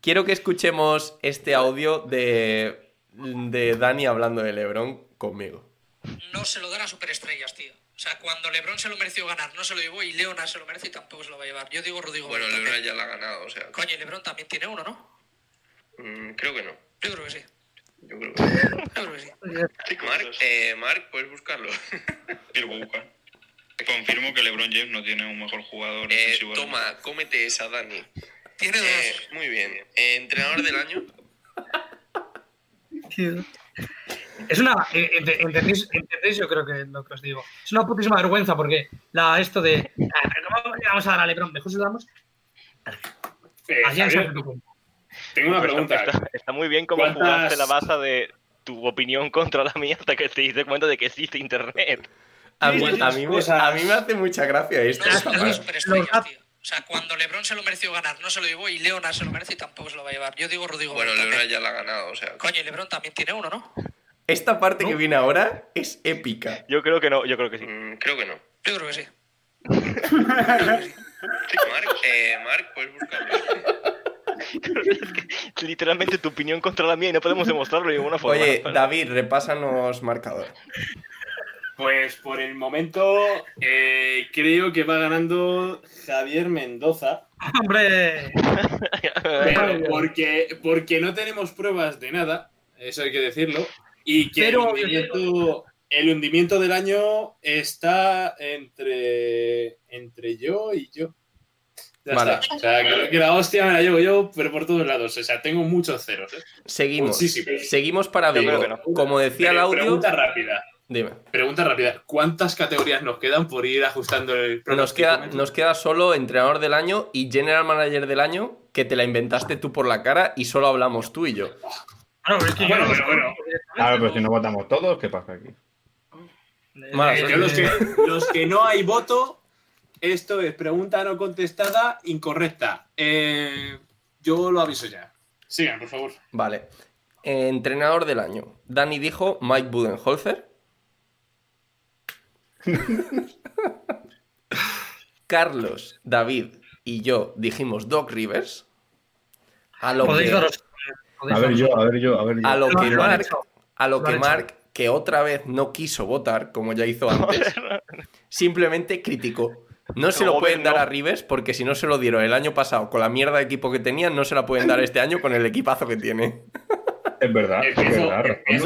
[SPEAKER 1] Quiero que escuchemos este audio de, de Dani hablando de Lebron conmigo.
[SPEAKER 9] No se lo dan a superestrellas, tío. O sea, cuando LeBron se lo mereció ganar, no se lo llevó y Leona se lo merece y tampoco se lo va a llevar. Yo digo Rodrigo.
[SPEAKER 7] Bueno,
[SPEAKER 9] Gobert
[SPEAKER 7] LeBron
[SPEAKER 9] también.
[SPEAKER 7] ya la ha ganado, o sea.
[SPEAKER 9] Coño, y LeBron también tiene uno, ¿no?
[SPEAKER 7] mm, creo que no.
[SPEAKER 9] Yo creo que sí.
[SPEAKER 7] Yo creo
[SPEAKER 4] [laughs]
[SPEAKER 7] que no.
[SPEAKER 9] Yo creo que sí.
[SPEAKER 7] Mark, eh, Mark, puedes buscarlo. Yo lo voy a buscar. Confirmo que LeBron James no tiene un mejor jugador. Eh, toma, cómete esa, Dani.
[SPEAKER 9] Tiene
[SPEAKER 7] dos. muy bien. Eh, entrenador del año.
[SPEAKER 3] Es una. eh, ent- ¿Entendéis? entendéis Yo creo que lo que os digo. Es una putísima vergüenza porque la, esto de. "Ah, pero ¿Cómo le vamos a dar a Lebron? Mejor se lo damos.
[SPEAKER 2] Eh,
[SPEAKER 3] a Giannis
[SPEAKER 2] Javier,
[SPEAKER 3] Antetokounmpo.
[SPEAKER 2] tengo una
[SPEAKER 3] Pues
[SPEAKER 4] Está-
[SPEAKER 2] pregunta.
[SPEAKER 4] Está, está muy bien como
[SPEAKER 2] ¿Cuántas-
[SPEAKER 4] jugaste la baza de tu opinión contra la mía hasta que te diste cuenta de que existe internet.
[SPEAKER 1] A mí, a mí me, a mí me hace mucha gracia esto.
[SPEAKER 9] Superestrellas, tío. O sea, cuando LeBron se lo mereció ganar, no se lo llevó y Leona se lo merece y tampoco se lo va a llevar. Yo digo Rodrigo.
[SPEAKER 7] Bueno,
[SPEAKER 9] Gobert
[SPEAKER 7] LeBron
[SPEAKER 9] también.
[SPEAKER 7] ya la ha ganado, o sea.
[SPEAKER 9] Coño, y LeBron también tiene uno, ¿no?
[SPEAKER 1] Esta parte que viene ahora es épica.
[SPEAKER 4] Yo creo que no, yo creo que sí.
[SPEAKER 7] mm, creo que no.
[SPEAKER 9] Yo creo que sí.
[SPEAKER 7] Mark, eh, Mark, puedes buscarlo.
[SPEAKER 4] Literalmente tu opinión contra la mía y no podemos demostrarlo de ninguna forma.
[SPEAKER 1] Mm.
[SPEAKER 4] [laughs]
[SPEAKER 1] Oye, David, repásanos marcador.
[SPEAKER 2] Pues por el momento eh, creo que va ganando Javier Mendoza.
[SPEAKER 3] ¡Hombre!
[SPEAKER 2] Pero porque, porque no tenemos pruebas de nada, eso hay que decirlo. Y que
[SPEAKER 3] Pero-
[SPEAKER 2] el, hundimiento, el hundimiento del año está entre, entre yo y yo. Ya
[SPEAKER 1] Vale.
[SPEAKER 2] está. O sea, creo que la hostia me la llevo yo, pero por todos lados. O sea, tengo muchos ceros. ¿eh?
[SPEAKER 1] Seguimos.
[SPEAKER 2] Muchísimos.
[SPEAKER 1] Seguimos para
[SPEAKER 2] Yo
[SPEAKER 1] Vigo.
[SPEAKER 2] creo que no.
[SPEAKER 1] Como decía el
[SPEAKER 2] Pero
[SPEAKER 1] audio.
[SPEAKER 2] Pregunta rápida.
[SPEAKER 1] Dime.
[SPEAKER 2] Pregunta rápida. ¿Cuántas categorías nos quedan por ir ajustando el
[SPEAKER 1] Nos queda, nos queda solo entrenador del año y general manager del año, que te la inventaste tú por la cara y solo hablamos tú y yo.
[SPEAKER 3] Claro, es que yo
[SPEAKER 2] Ah, Bueno,
[SPEAKER 3] no-
[SPEAKER 2] bueno, bueno.
[SPEAKER 5] Claro, pero si no votamos todos, ¿qué pasa aquí?
[SPEAKER 1] Mala
[SPEAKER 2] Eh, yo
[SPEAKER 1] suerte.
[SPEAKER 2] los, que, los que no hay voto, esto es pregunta no contestada incorrecta. Eh, yo lo aviso ya. Sigan, por favor.
[SPEAKER 1] Vale. Eh, entrenador del año. Dani dijo Mike Budenholzer. Carlos, David y yo dijimos Doc Rivers. A lo
[SPEAKER 3] Podéis
[SPEAKER 1] que,
[SPEAKER 3] daros.
[SPEAKER 5] A ver yo, a ver yo, a ver yo.
[SPEAKER 1] a lo
[SPEAKER 3] Lo
[SPEAKER 1] que
[SPEAKER 3] han
[SPEAKER 1] Mark,
[SPEAKER 3] hecho.
[SPEAKER 1] a lo
[SPEAKER 3] Lo
[SPEAKER 1] que
[SPEAKER 3] han hecho.
[SPEAKER 1] Mark, que otra vez no quiso votar, como ya hizo antes, simplemente criticó. No se lo
[SPEAKER 4] Joder,
[SPEAKER 1] pueden dar
[SPEAKER 4] no.
[SPEAKER 1] a Rivers porque si no se lo dieron el año pasado con la mierda de equipo que tenía, no se la pueden dar este año con el equipazo que tiene. [laughs]
[SPEAKER 5] Es
[SPEAKER 1] Ah,
[SPEAKER 5] verdad, es
[SPEAKER 2] Empiezo, empiezo
[SPEAKER 5] verdad.
[SPEAKER 2] a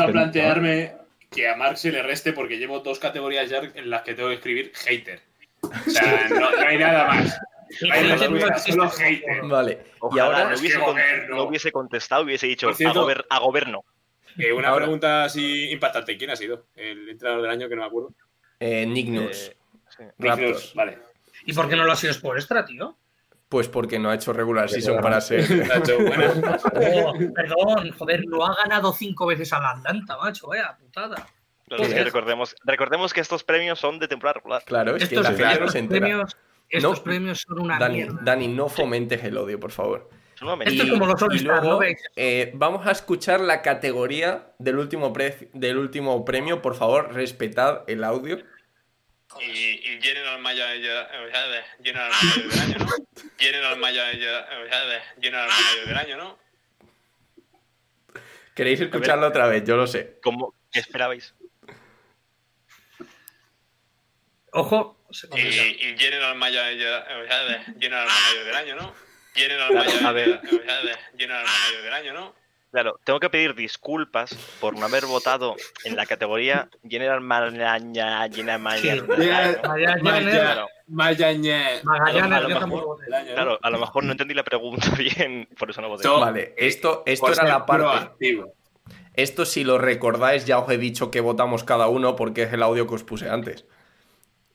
[SPEAKER 5] respondo,
[SPEAKER 2] plantearme que a Mark se le reste porque llevo dos categorías ya en las que tengo que escribir hater. O sea, no, no hay nada más. No hay
[SPEAKER 3] Hater
[SPEAKER 2] nada
[SPEAKER 3] no
[SPEAKER 2] más,
[SPEAKER 3] existe.
[SPEAKER 2] solo hater.
[SPEAKER 1] Vale.
[SPEAKER 4] Ojalá
[SPEAKER 1] y ahora
[SPEAKER 4] no,
[SPEAKER 2] es que
[SPEAKER 4] hubiese con-
[SPEAKER 2] Gobert no.
[SPEAKER 4] no hubiese contestado, hubiese dicho
[SPEAKER 2] Por cierto-
[SPEAKER 4] a, gober- a gobierno.
[SPEAKER 2] Eh, una
[SPEAKER 1] Ahora-
[SPEAKER 2] pregunta así impactante. ¿Quién ha sido el entrenador del año que no me acuerdo?
[SPEAKER 1] Eh, Nick Nurse.
[SPEAKER 4] Eh,
[SPEAKER 1] Raptors.
[SPEAKER 2] Vale.
[SPEAKER 3] ¿Y por qué no lo ha sido Spoelstra,
[SPEAKER 4] [laughs]
[SPEAKER 3] tío?
[SPEAKER 1] Pues porque no ha hecho regular season
[SPEAKER 5] bueno.
[SPEAKER 1] para ser.
[SPEAKER 2] Nacho, buenas.
[SPEAKER 3] Oh, perdón, joder, no ha ganado cinco veces a la Atlanta, macho, vaya putada.
[SPEAKER 4] claro, es que
[SPEAKER 1] Joder.
[SPEAKER 4] recordemos, recordemos que estos premios son de temporada regular.
[SPEAKER 1] Claro, es que
[SPEAKER 3] Estos,
[SPEAKER 1] la gente no
[SPEAKER 3] estos
[SPEAKER 1] se entera.
[SPEAKER 3] premios, estos
[SPEAKER 1] No,
[SPEAKER 3] premios son una
[SPEAKER 1] Dani,
[SPEAKER 3] mierda.
[SPEAKER 1] Dani, no fomentes el odio, por favor.
[SPEAKER 4] Es una
[SPEAKER 3] Esto
[SPEAKER 4] mentira.
[SPEAKER 3] es como los
[SPEAKER 1] y
[SPEAKER 3] All-Star,
[SPEAKER 1] luego,
[SPEAKER 3] ¿no veis?
[SPEAKER 1] eh, vamos a escuchar la categoría del último, pre- del último premio. Por favor, respetad el audio.
[SPEAKER 8] Y, y General Maya eh, General eh, Manager del año, ¿no? General Maya General Manager del año, ¿no?
[SPEAKER 1] Queréis escucharlo otra vez, yo lo sé.
[SPEAKER 4] ¿Cómo? ¿Qué esperabais?
[SPEAKER 3] Ojo.
[SPEAKER 4] Eh,
[SPEAKER 8] Y, y General Manager General Manager del año, ¿no? General
[SPEAKER 4] Claro,
[SPEAKER 8] Manager
[SPEAKER 4] a ver.
[SPEAKER 8] eh, General Manager del año, ¿no?
[SPEAKER 4] Claro, tengo que pedir disculpas por no haber votado en la categoría General Manager. General Manager del año. Claro.
[SPEAKER 2] Magallanes.
[SPEAKER 4] a lo, mejor, claro, a lo mejor no entendí la pregunta [laughs] bien, por eso no voté.
[SPEAKER 11] Oh, eh,
[SPEAKER 1] vale, esto, esto
[SPEAKER 4] por
[SPEAKER 1] era
[SPEAKER 2] Pues
[SPEAKER 4] ser
[SPEAKER 1] la parte.
[SPEAKER 4] proactivo.
[SPEAKER 1] Esto, si lo recordáis, ya os he dicho que votamos cada uno porque es el audio que os puse antes.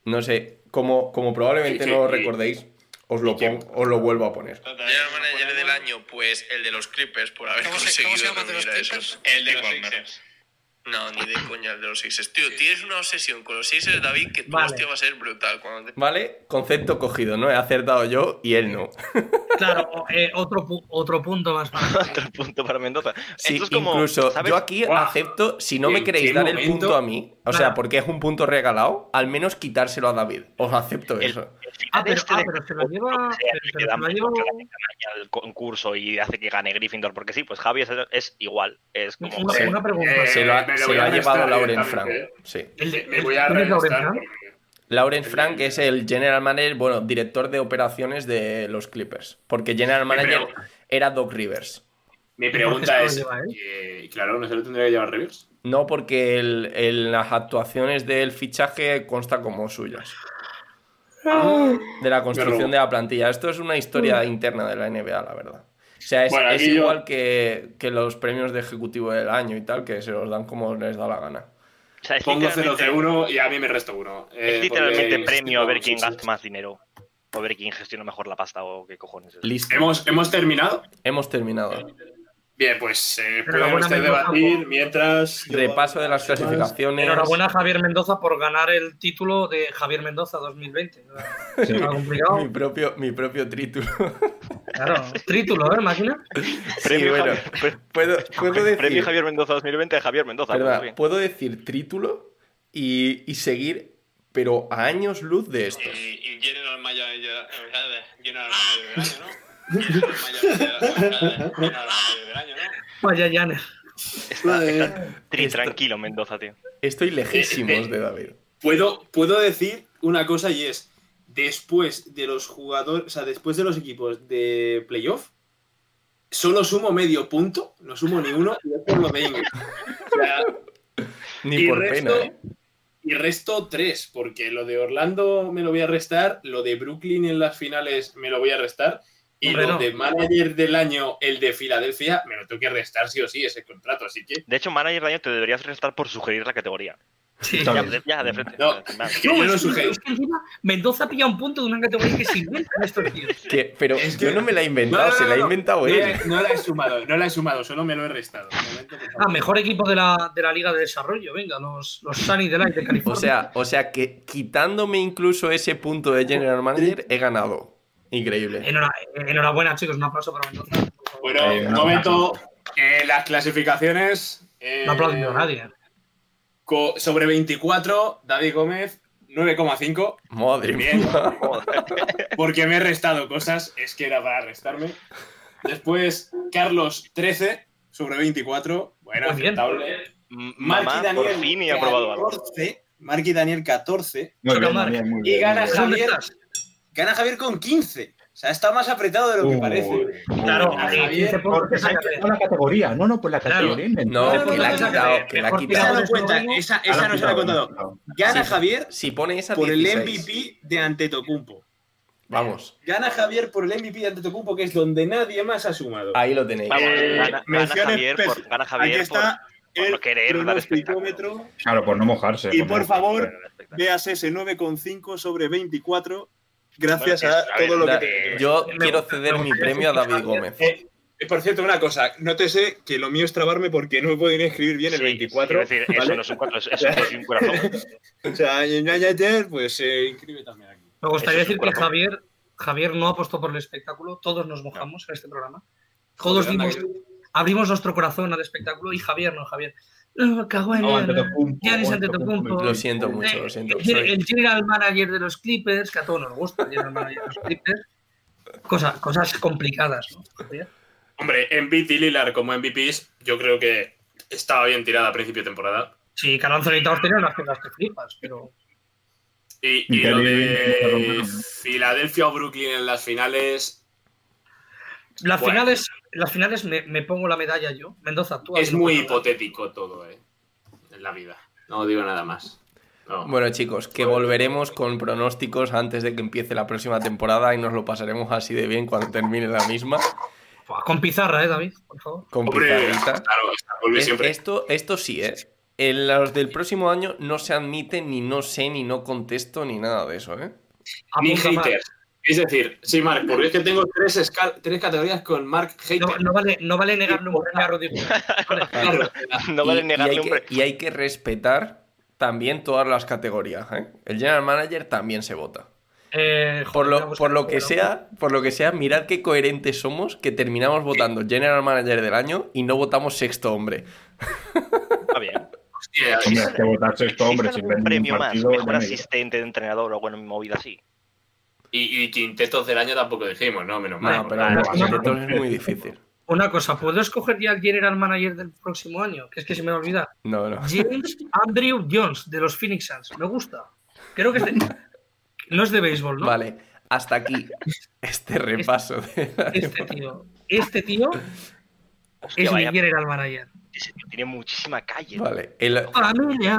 [SPEAKER 1] No sé, como, como probablemente
[SPEAKER 11] Sí, sí,
[SPEAKER 1] no lo
[SPEAKER 11] sí.
[SPEAKER 1] recordéis, os lo, pon- os lo vuelvo a poner.
[SPEAKER 11] General Manager del año, pues el de los Clippers, por haber conseguido reunir a esos. El de Clippers. No, ni de coña, el de los Sixers. Tío, tienes una obsesión con los Sixers, David, que tu
[SPEAKER 1] Vale.
[SPEAKER 11] hostia va a ser brutal. Cuando te...
[SPEAKER 1] Vale, concepto cogido, ¿no? He acertado yo y él no.
[SPEAKER 3] Claro, o- eh, otro, pu- otro punto más
[SPEAKER 4] [laughs]
[SPEAKER 3] para
[SPEAKER 4] otro punto para Mendoza.
[SPEAKER 1] Sí,
[SPEAKER 4] Esto es como,
[SPEAKER 1] incluso
[SPEAKER 4] ¿sabes?
[SPEAKER 1] yo aquí acepto, si no me
[SPEAKER 4] ¿En
[SPEAKER 1] queréis
[SPEAKER 4] qué
[SPEAKER 1] dar el
[SPEAKER 4] momento?
[SPEAKER 1] punto a mí, o sea, porque es un punto regalado, al menos quitárselo a David. Os acepto eso.
[SPEAKER 3] Ah, pero, ah, pero se lo lleva.
[SPEAKER 4] Este que da mucho la gente gana el concurso y hace que gane Gryffindor, porque sí, pues Javi es, es igual. Es como.
[SPEAKER 3] Una-
[SPEAKER 4] Eh,
[SPEAKER 3] una pregunta.
[SPEAKER 1] se lo ha,
[SPEAKER 4] me lo
[SPEAKER 1] se
[SPEAKER 4] voy
[SPEAKER 1] lo
[SPEAKER 4] a
[SPEAKER 1] ha
[SPEAKER 4] restar
[SPEAKER 1] llevado Lauren Frank.
[SPEAKER 4] directamente, ¿eh?
[SPEAKER 1] Sí.
[SPEAKER 3] Me voy a
[SPEAKER 1] Lauren Frank es el general manager, bueno, director de operaciones de los Clippers, porque general manager era Doc Rivers.
[SPEAKER 2] Mi pregunta es. eh, claro, no se lo tendría que llevar Rivers.
[SPEAKER 1] No porque el- el- las actuaciones del fichaje consta como suyas. De la construcción
[SPEAKER 2] robo.
[SPEAKER 1] de la plantilla. Esto es una historia interna de la NBA, la verdad. O sea, es,
[SPEAKER 2] Bueno,
[SPEAKER 1] es
[SPEAKER 2] aquí yo-
[SPEAKER 1] igual que, que los premios de ejecutivo del año y tal, que se los dan como les da la gana.
[SPEAKER 4] sea, es
[SPEAKER 2] Pongo
[SPEAKER 4] literalmente-
[SPEAKER 2] 0-1 y a mí me resta uno. Eh,
[SPEAKER 4] es literalmente
[SPEAKER 2] porque-
[SPEAKER 4] premio a ver quién gasta más dinero. O ver quién gestiona mejor la pasta o qué cojones. es.
[SPEAKER 1] Listo.
[SPEAKER 2] ¿Hemos, hemos terminado?
[SPEAKER 1] Hemos terminado.
[SPEAKER 2] Bien, pues eh,
[SPEAKER 3] Pero
[SPEAKER 2] pueden
[SPEAKER 3] la buena
[SPEAKER 2] ustedes
[SPEAKER 3] Mendoza,
[SPEAKER 2] debatir mientras. yo-
[SPEAKER 1] Repaso de las clasificaciones.
[SPEAKER 3] Enhorabuena a Javier Mendoza por ganar el título de Javier Mendoza 2020. Está complicado.
[SPEAKER 1] [laughs] mi, propio, mi propio título. [laughs]
[SPEAKER 3] Claro, título, ¿eh? Imagina.
[SPEAKER 4] Premio
[SPEAKER 1] bueno,
[SPEAKER 4] [laughs] Javier-
[SPEAKER 1] puedo, puedo decir...
[SPEAKER 4] Premio Javier Mendoza 2020 de Javier Mendoza.
[SPEAKER 1] Perdona,
[SPEAKER 4] muy bien.
[SPEAKER 1] puedo decir trítulo y, y seguir, pero a años luz de esto.
[SPEAKER 8] Y, y General Manager General Manager del año, ¿no? General Manager General Manager del año, ¿no?
[SPEAKER 3] Vaya, Janer.
[SPEAKER 4] Está- está tri- tranquilo, Mendoza, tío.
[SPEAKER 1] Estoy lejísimos de David.
[SPEAKER 2] Puedo, puedo decir una cosa y es: después de los jugadores, o sea, después de los equipos de playoff, solo sumo medio punto, no sumo ni uno, y es por lo de Ingles. O sea, [laughs]
[SPEAKER 1] Ni por pena, ¿eh?
[SPEAKER 2] Y resto tres, porque lo de Orlando me lo voy a restar, lo de Brooklyn en las finales me lo voy a restar, y
[SPEAKER 4] Hombre,
[SPEAKER 2] lo
[SPEAKER 4] no.
[SPEAKER 2] de manager del año, el de Filadelfia, me lo tengo que restar sí o sí ese contrato, así que.
[SPEAKER 4] De hecho, manager del año te deberías restar por sugerir la categoría.
[SPEAKER 3] Sí,
[SPEAKER 4] ya, de- ya,
[SPEAKER 1] Mm.
[SPEAKER 4] de frente.
[SPEAKER 2] [laughs]
[SPEAKER 4] Vale.
[SPEAKER 2] que yo
[SPEAKER 3] es
[SPEAKER 2] lo
[SPEAKER 3] que-
[SPEAKER 2] sugerí.
[SPEAKER 3] es que encima Mendoza pilla un punto de una categoría que se inventan estos tíos.
[SPEAKER 1] Que- pero yo no me la he inventado, se la ha inventado
[SPEAKER 2] no,
[SPEAKER 1] él.
[SPEAKER 2] la- no la he sumado, no la he sumado, solo me lo he restado. pues,
[SPEAKER 3] Ah, mejor equipo de la, de la Liga de Desarrollo, venga, los, los Sunny Delight de California.
[SPEAKER 1] O sea, o sea que quitándome incluso ese punto de General Manager, he ganado. Increíble.
[SPEAKER 3] Enhora- enhorabuena, chicos, un aplauso para Mendoza.
[SPEAKER 2] Bueno,
[SPEAKER 1] Eh,
[SPEAKER 2] un
[SPEAKER 1] no.
[SPEAKER 2] momento, eh, las clasificaciones. eh,
[SPEAKER 3] No ha aplaudido nadie.
[SPEAKER 2] co- sobre 24, David Gómez, 9,5.
[SPEAKER 1] Madre
[SPEAKER 2] Bien.
[SPEAKER 1] mía.
[SPEAKER 2] [laughs] Porque me he restado cosas, es que era para restarme. Después, Carlos 13 sobre 24. Bueno,
[SPEAKER 4] Muy bien.
[SPEAKER 2] aceptable.
[SPEAKER 4] M-
[SPEAKER 2] Mark y
[SPEAKER 4] Mamá,
[SPEAKER 2] Daniel,
[SPEAKER 4] por fin he aprobado algo.
[SPEAKER 2] 14, Mark y Daniel 14.
[SPEAKER 5] Muy bien, Mark, bien, muy bien,
[SPEAKER 2] y gana
[SPEAKER 5] muy bien.
[SPEAKER 2] Javier, gana Javier con 15. O sea, está más apretado de lo que
[SPEAKER 5] Uy,
[SPEAKER 2] parece.
[SPEAKER 3] Claro,
[SPEAKER 2] Gana
[SPEAKER 3] eh, 15
[SPEAKER 2] Javier.
[SPEAKER 3] puntos
[SPEAKER 5] Porque
[SPEAKER 3] que
[SPEAKER 5] se ha
[SPEAKER 3] saca de-
[SPEAKER 5] quitado la categoría. No, no, pues la
[SPEAKER 3] Claro.
[SPEAKER 5] categoría.
[SPEAKER 1] No,
[SPEAKER 5] inventada.
[SPEAKER 1] que la ha quitado, que la ha
[SPEAKER 3] Mejor
[SPEAKER 2] Esa
[SPEAKER 1] quitado.
[SPEAKER 3] tirado. ¿eh?
[SPEAKER 2] no cuenta, esa, esa no se la he contado. Gana
[SPEAKER 1] Sí.
[SPEAKER 2] Javier
[SPEAKER 1] Si pone esa
[SPEAKER 2] por el
[SPEAKER 1] 16.
[SPEAKER 2] MVP de Antetokounmpo.
[SPEAKER 1] Vamos,
[SPEAKER 2] Gana Javier por el MVP de Antetokounmpo, que es donde nadie más ha sumado.
[SPEAKER 1] ahí lo tenéis.
[SPEAKER 4] Vamos,
[SPEAKER 2] Eh,
[SPEAKER 4] gana, gana
[SPEAKER 2] mención
[SPEAKER 4] Javier por,
[SPEAKER 2] especial.
[SPEAKER 4] gana Javier
[SPEAKER 2] Aquí está
[SPEAKER 4] por, por no querer dar espectáculo.
[SPEAKER 2] Picómetro.
[SPEAKER 5] Claro, por no mojarse.
[SPEAKER 2] Y
[SPEAKER 5] no
[SPEAKER 2] por
[SPEAKER 4] [laughs]
[SPEAKER 5] mojarse.
[SPEAKER 2] favor, veas ese 9,5 sobre 24. Gracias
[SPEAKER 4] Bueno,
[SPEAKER 2] a
[SPEAKER 4] es- a ver,
[SPEAKER 2] todo lo
[SPEAKER 1] Da-
[SPEAKER 2] que te-
[SPEAKER 1] yo quiero ceder mi premio a David Gómez.
[SPEAKER 2] Eh, eh, por cierto, una cosa, nótese que lo mío es trabarme porque no he podido escribir bien el
[SPEAKER 4] Sí,
[SPEAKER 2] 24.
[SPEAKER 4] quiero decir, eso
[SPEAKER 2] ¿vale?
[SPEAKER 4] no es un cuatro, es, es un- es un corazón.
[SPEAKER 1] [laughs]
[SPEAKER 2] O sea, en United, pues eh, inscribe también aquí.
[SPEAKER 3] Me gustaría
[SPEAKER 4] Eso es
[SPEAKER 3] decir
[SPEAKER 4] un
[SPEAKER 3] que
[SPEAKER 4] corazón.
[SPEAKER 3] Javier, Javier no apostó por el espectáculo, todos nos mojamos en este programa. Todos
[SPEAKER 2] Joder, anda,
[SPEAKER 3] dimos, abrimos nuestro corazón al espectáculo y Javier no, Javier. No, cago en
[SPEAKER 5] No,
[SPEAKER 3] él,
[SPEAKER 5] Antetokounmpo,
[SPEAKER 3] Giannis
[SPEAKER 5] Antetokounmpo.
[SPEAKER 3] Antetokounmpo.
[SPEAKER 1] Lo siento mucho,
[SPEAKER 3] Eh,
[SPEAKER 1] lo siento.
[SPEAKER 3] el,
[SPEAKER 1] Soy-
[SPEAKER 3] el general manager de los Clippers, que a todos nos gusta el general manager de los Clippers. Cosa- cosas complicadas, ¿no? Javier?
[SPEAKER 8] Hombre, Embiid y Lillard como MVPs, yo creo que estaba bien tirada a principio de temporada.
[SPEAKER 3] Sí, Caranzo y Towns tenían unas piernas que flipas, pero.
[SPEAKER 8] Y,
[SPEAKER 5] Y
[SPEAKER 8] y lo
[SPEAKER 5] Kyrie
[SPEAKER 8] de
[SPEAKER 5] lo rompe, ¿no?
[SPEAKER 8] Filadelfia o Brooklyn en las finales.
[SPEAKER 3] Las
[SPEAKER 8] Bueno.
[SPEAKER 3] finales, las finales me, me pongo la medalla yo. Mendoza, tú.
[SPEAKER 8] Es muy hipotético todo, ¿eh? En la vida. No digo nada más.
[SPEAKER 1] Bueno, chicos, que volveremos con pronósticos antes de que empiece la próxima temporada y nos lo pasaremos así de bien cuando termine la misma.
[SPEAKER 3] Con pizarra, ¿eh, David? Por favor.
[SPEAKER 1] Con pizarrita. Es- esto, esto sí, ¿eh? En los del próximo año no se admite ni no sé, ni no contesto, ni nada de eso, ¿eh?
[SPEAKER 8] Ni haters. Es decir, sí, Mark, porque es que tengo tres, escal- tres categorías con Mark hater.
[SPEAKER 3] No, no vale, no vale negarle un premio a Rudy Gobert.
[SPEAKER 1] [laughs]
[SPEAKER 4] No vale negarle
[SPEAKER 1] hay
[SPEAKER 4] un
[SPEAKER 1] que, y hay que respetar también todas las categorías, ¿eh? El general manager también se vota.
[SPEAKER 3] Eh,
[SPEAKER 1] Por
[SPEAKER 3] joder,
[SPEAKER 1] lo, por lo que sea, por lo que sea, mirad qué coherentes somos que terminamos votando general manager del año y no votamos sexto hombre.
[SPEAKER 4] Está bien.
[SPEAKER 5] Hombre, es que votar sexto hombre sin ver
[SPEAKER 4] Un
[SPEAKER 5] ningún
[SPEAKER 4] premio más,
[SPEAKER 5] partido.
[SPEAKER 4] mejor
[SPEAKER 5] ya me digo.
[SPEAKER 4] asistente de entrenador o alguna movida así.
[SPEAKER 8] Y, y quintetos del año tampoco dijimos, ¿no? Menos mal.
[SPEAKER 1] pero
[SPEAKER 8] Ah,
[SPEAKER 1] los
[SPEAKER 8] vale.
[SPEAKER 1] quintetos es muy difícil.
[SPEAKER 3] Una cosa, ¿puedo escoger ya el general manager del próximo año? Que es que se me va a olvidar.
[SPEAKER 1] No, no.
[SPEAKER 3] James Andrew Jones, de los Phoenix Suns. Me gusta. Creo que es de... No es de béisbol, ¿no?
[SPEAKER 1] Vale, hasta aquí este repaso. de-
[SPEAKER 3] Este tío. Este tío
[SPEAKER 4] Hostia,
[SPEAKER 3] es mi
[SPEAKER 4] vaya,
[SPEAKER 3] general manager.
[SPEAKER 4] ese tío tiene muchísima calle.
[SPEAKER 1] Vale, el-
[SPEAKER 3] Familia.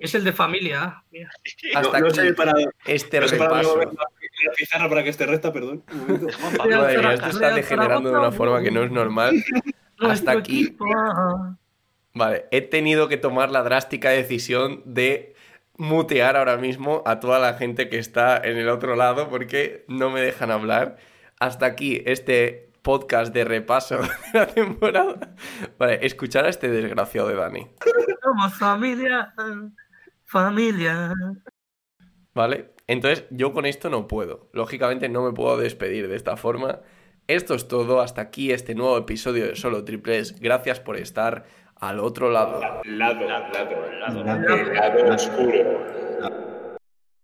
[SPEAKER 3] Es el de familia. Mira.
[SPEAKER 1] hasta
[SPEAKER 2] No, no
[SPEAKER 1] aquí
[SPEAKER 2] sé para-
[SPEAKER 1] este
[SPEAKER 2] no sé para
[SPEAKER 1] repaso.
[SPEAKER 2] mover La pizarra para que esté recta, perdón. Un momento.
[SPEAKER 1] [laughs] Madre mía, esto está degenerando de una forma que no es normal. Hasta aquí Vale, he tenido que tomar la drástica decisión de mutear ahora mismo a toda la gente que está en el otro lado porque no me dejan hablar. Hasta aquí este podcast de repaso [laughs] de la temporada. Vale, escuchar a este desgraciado de Dani.
[SPEAKER 3] Somos familia. Familia.
[SPEAKER 1] ¿Vale? Entonces, yo con esto no puedo. Lógicamente no me puedo despedir de esta forma. Esto es todo. Hasta aquí este nuevo episodio de Solo Triples. Gracias por estar al otro lado.
[SPEAKER 8] Lado, lado, lado, lado, lado oscuro.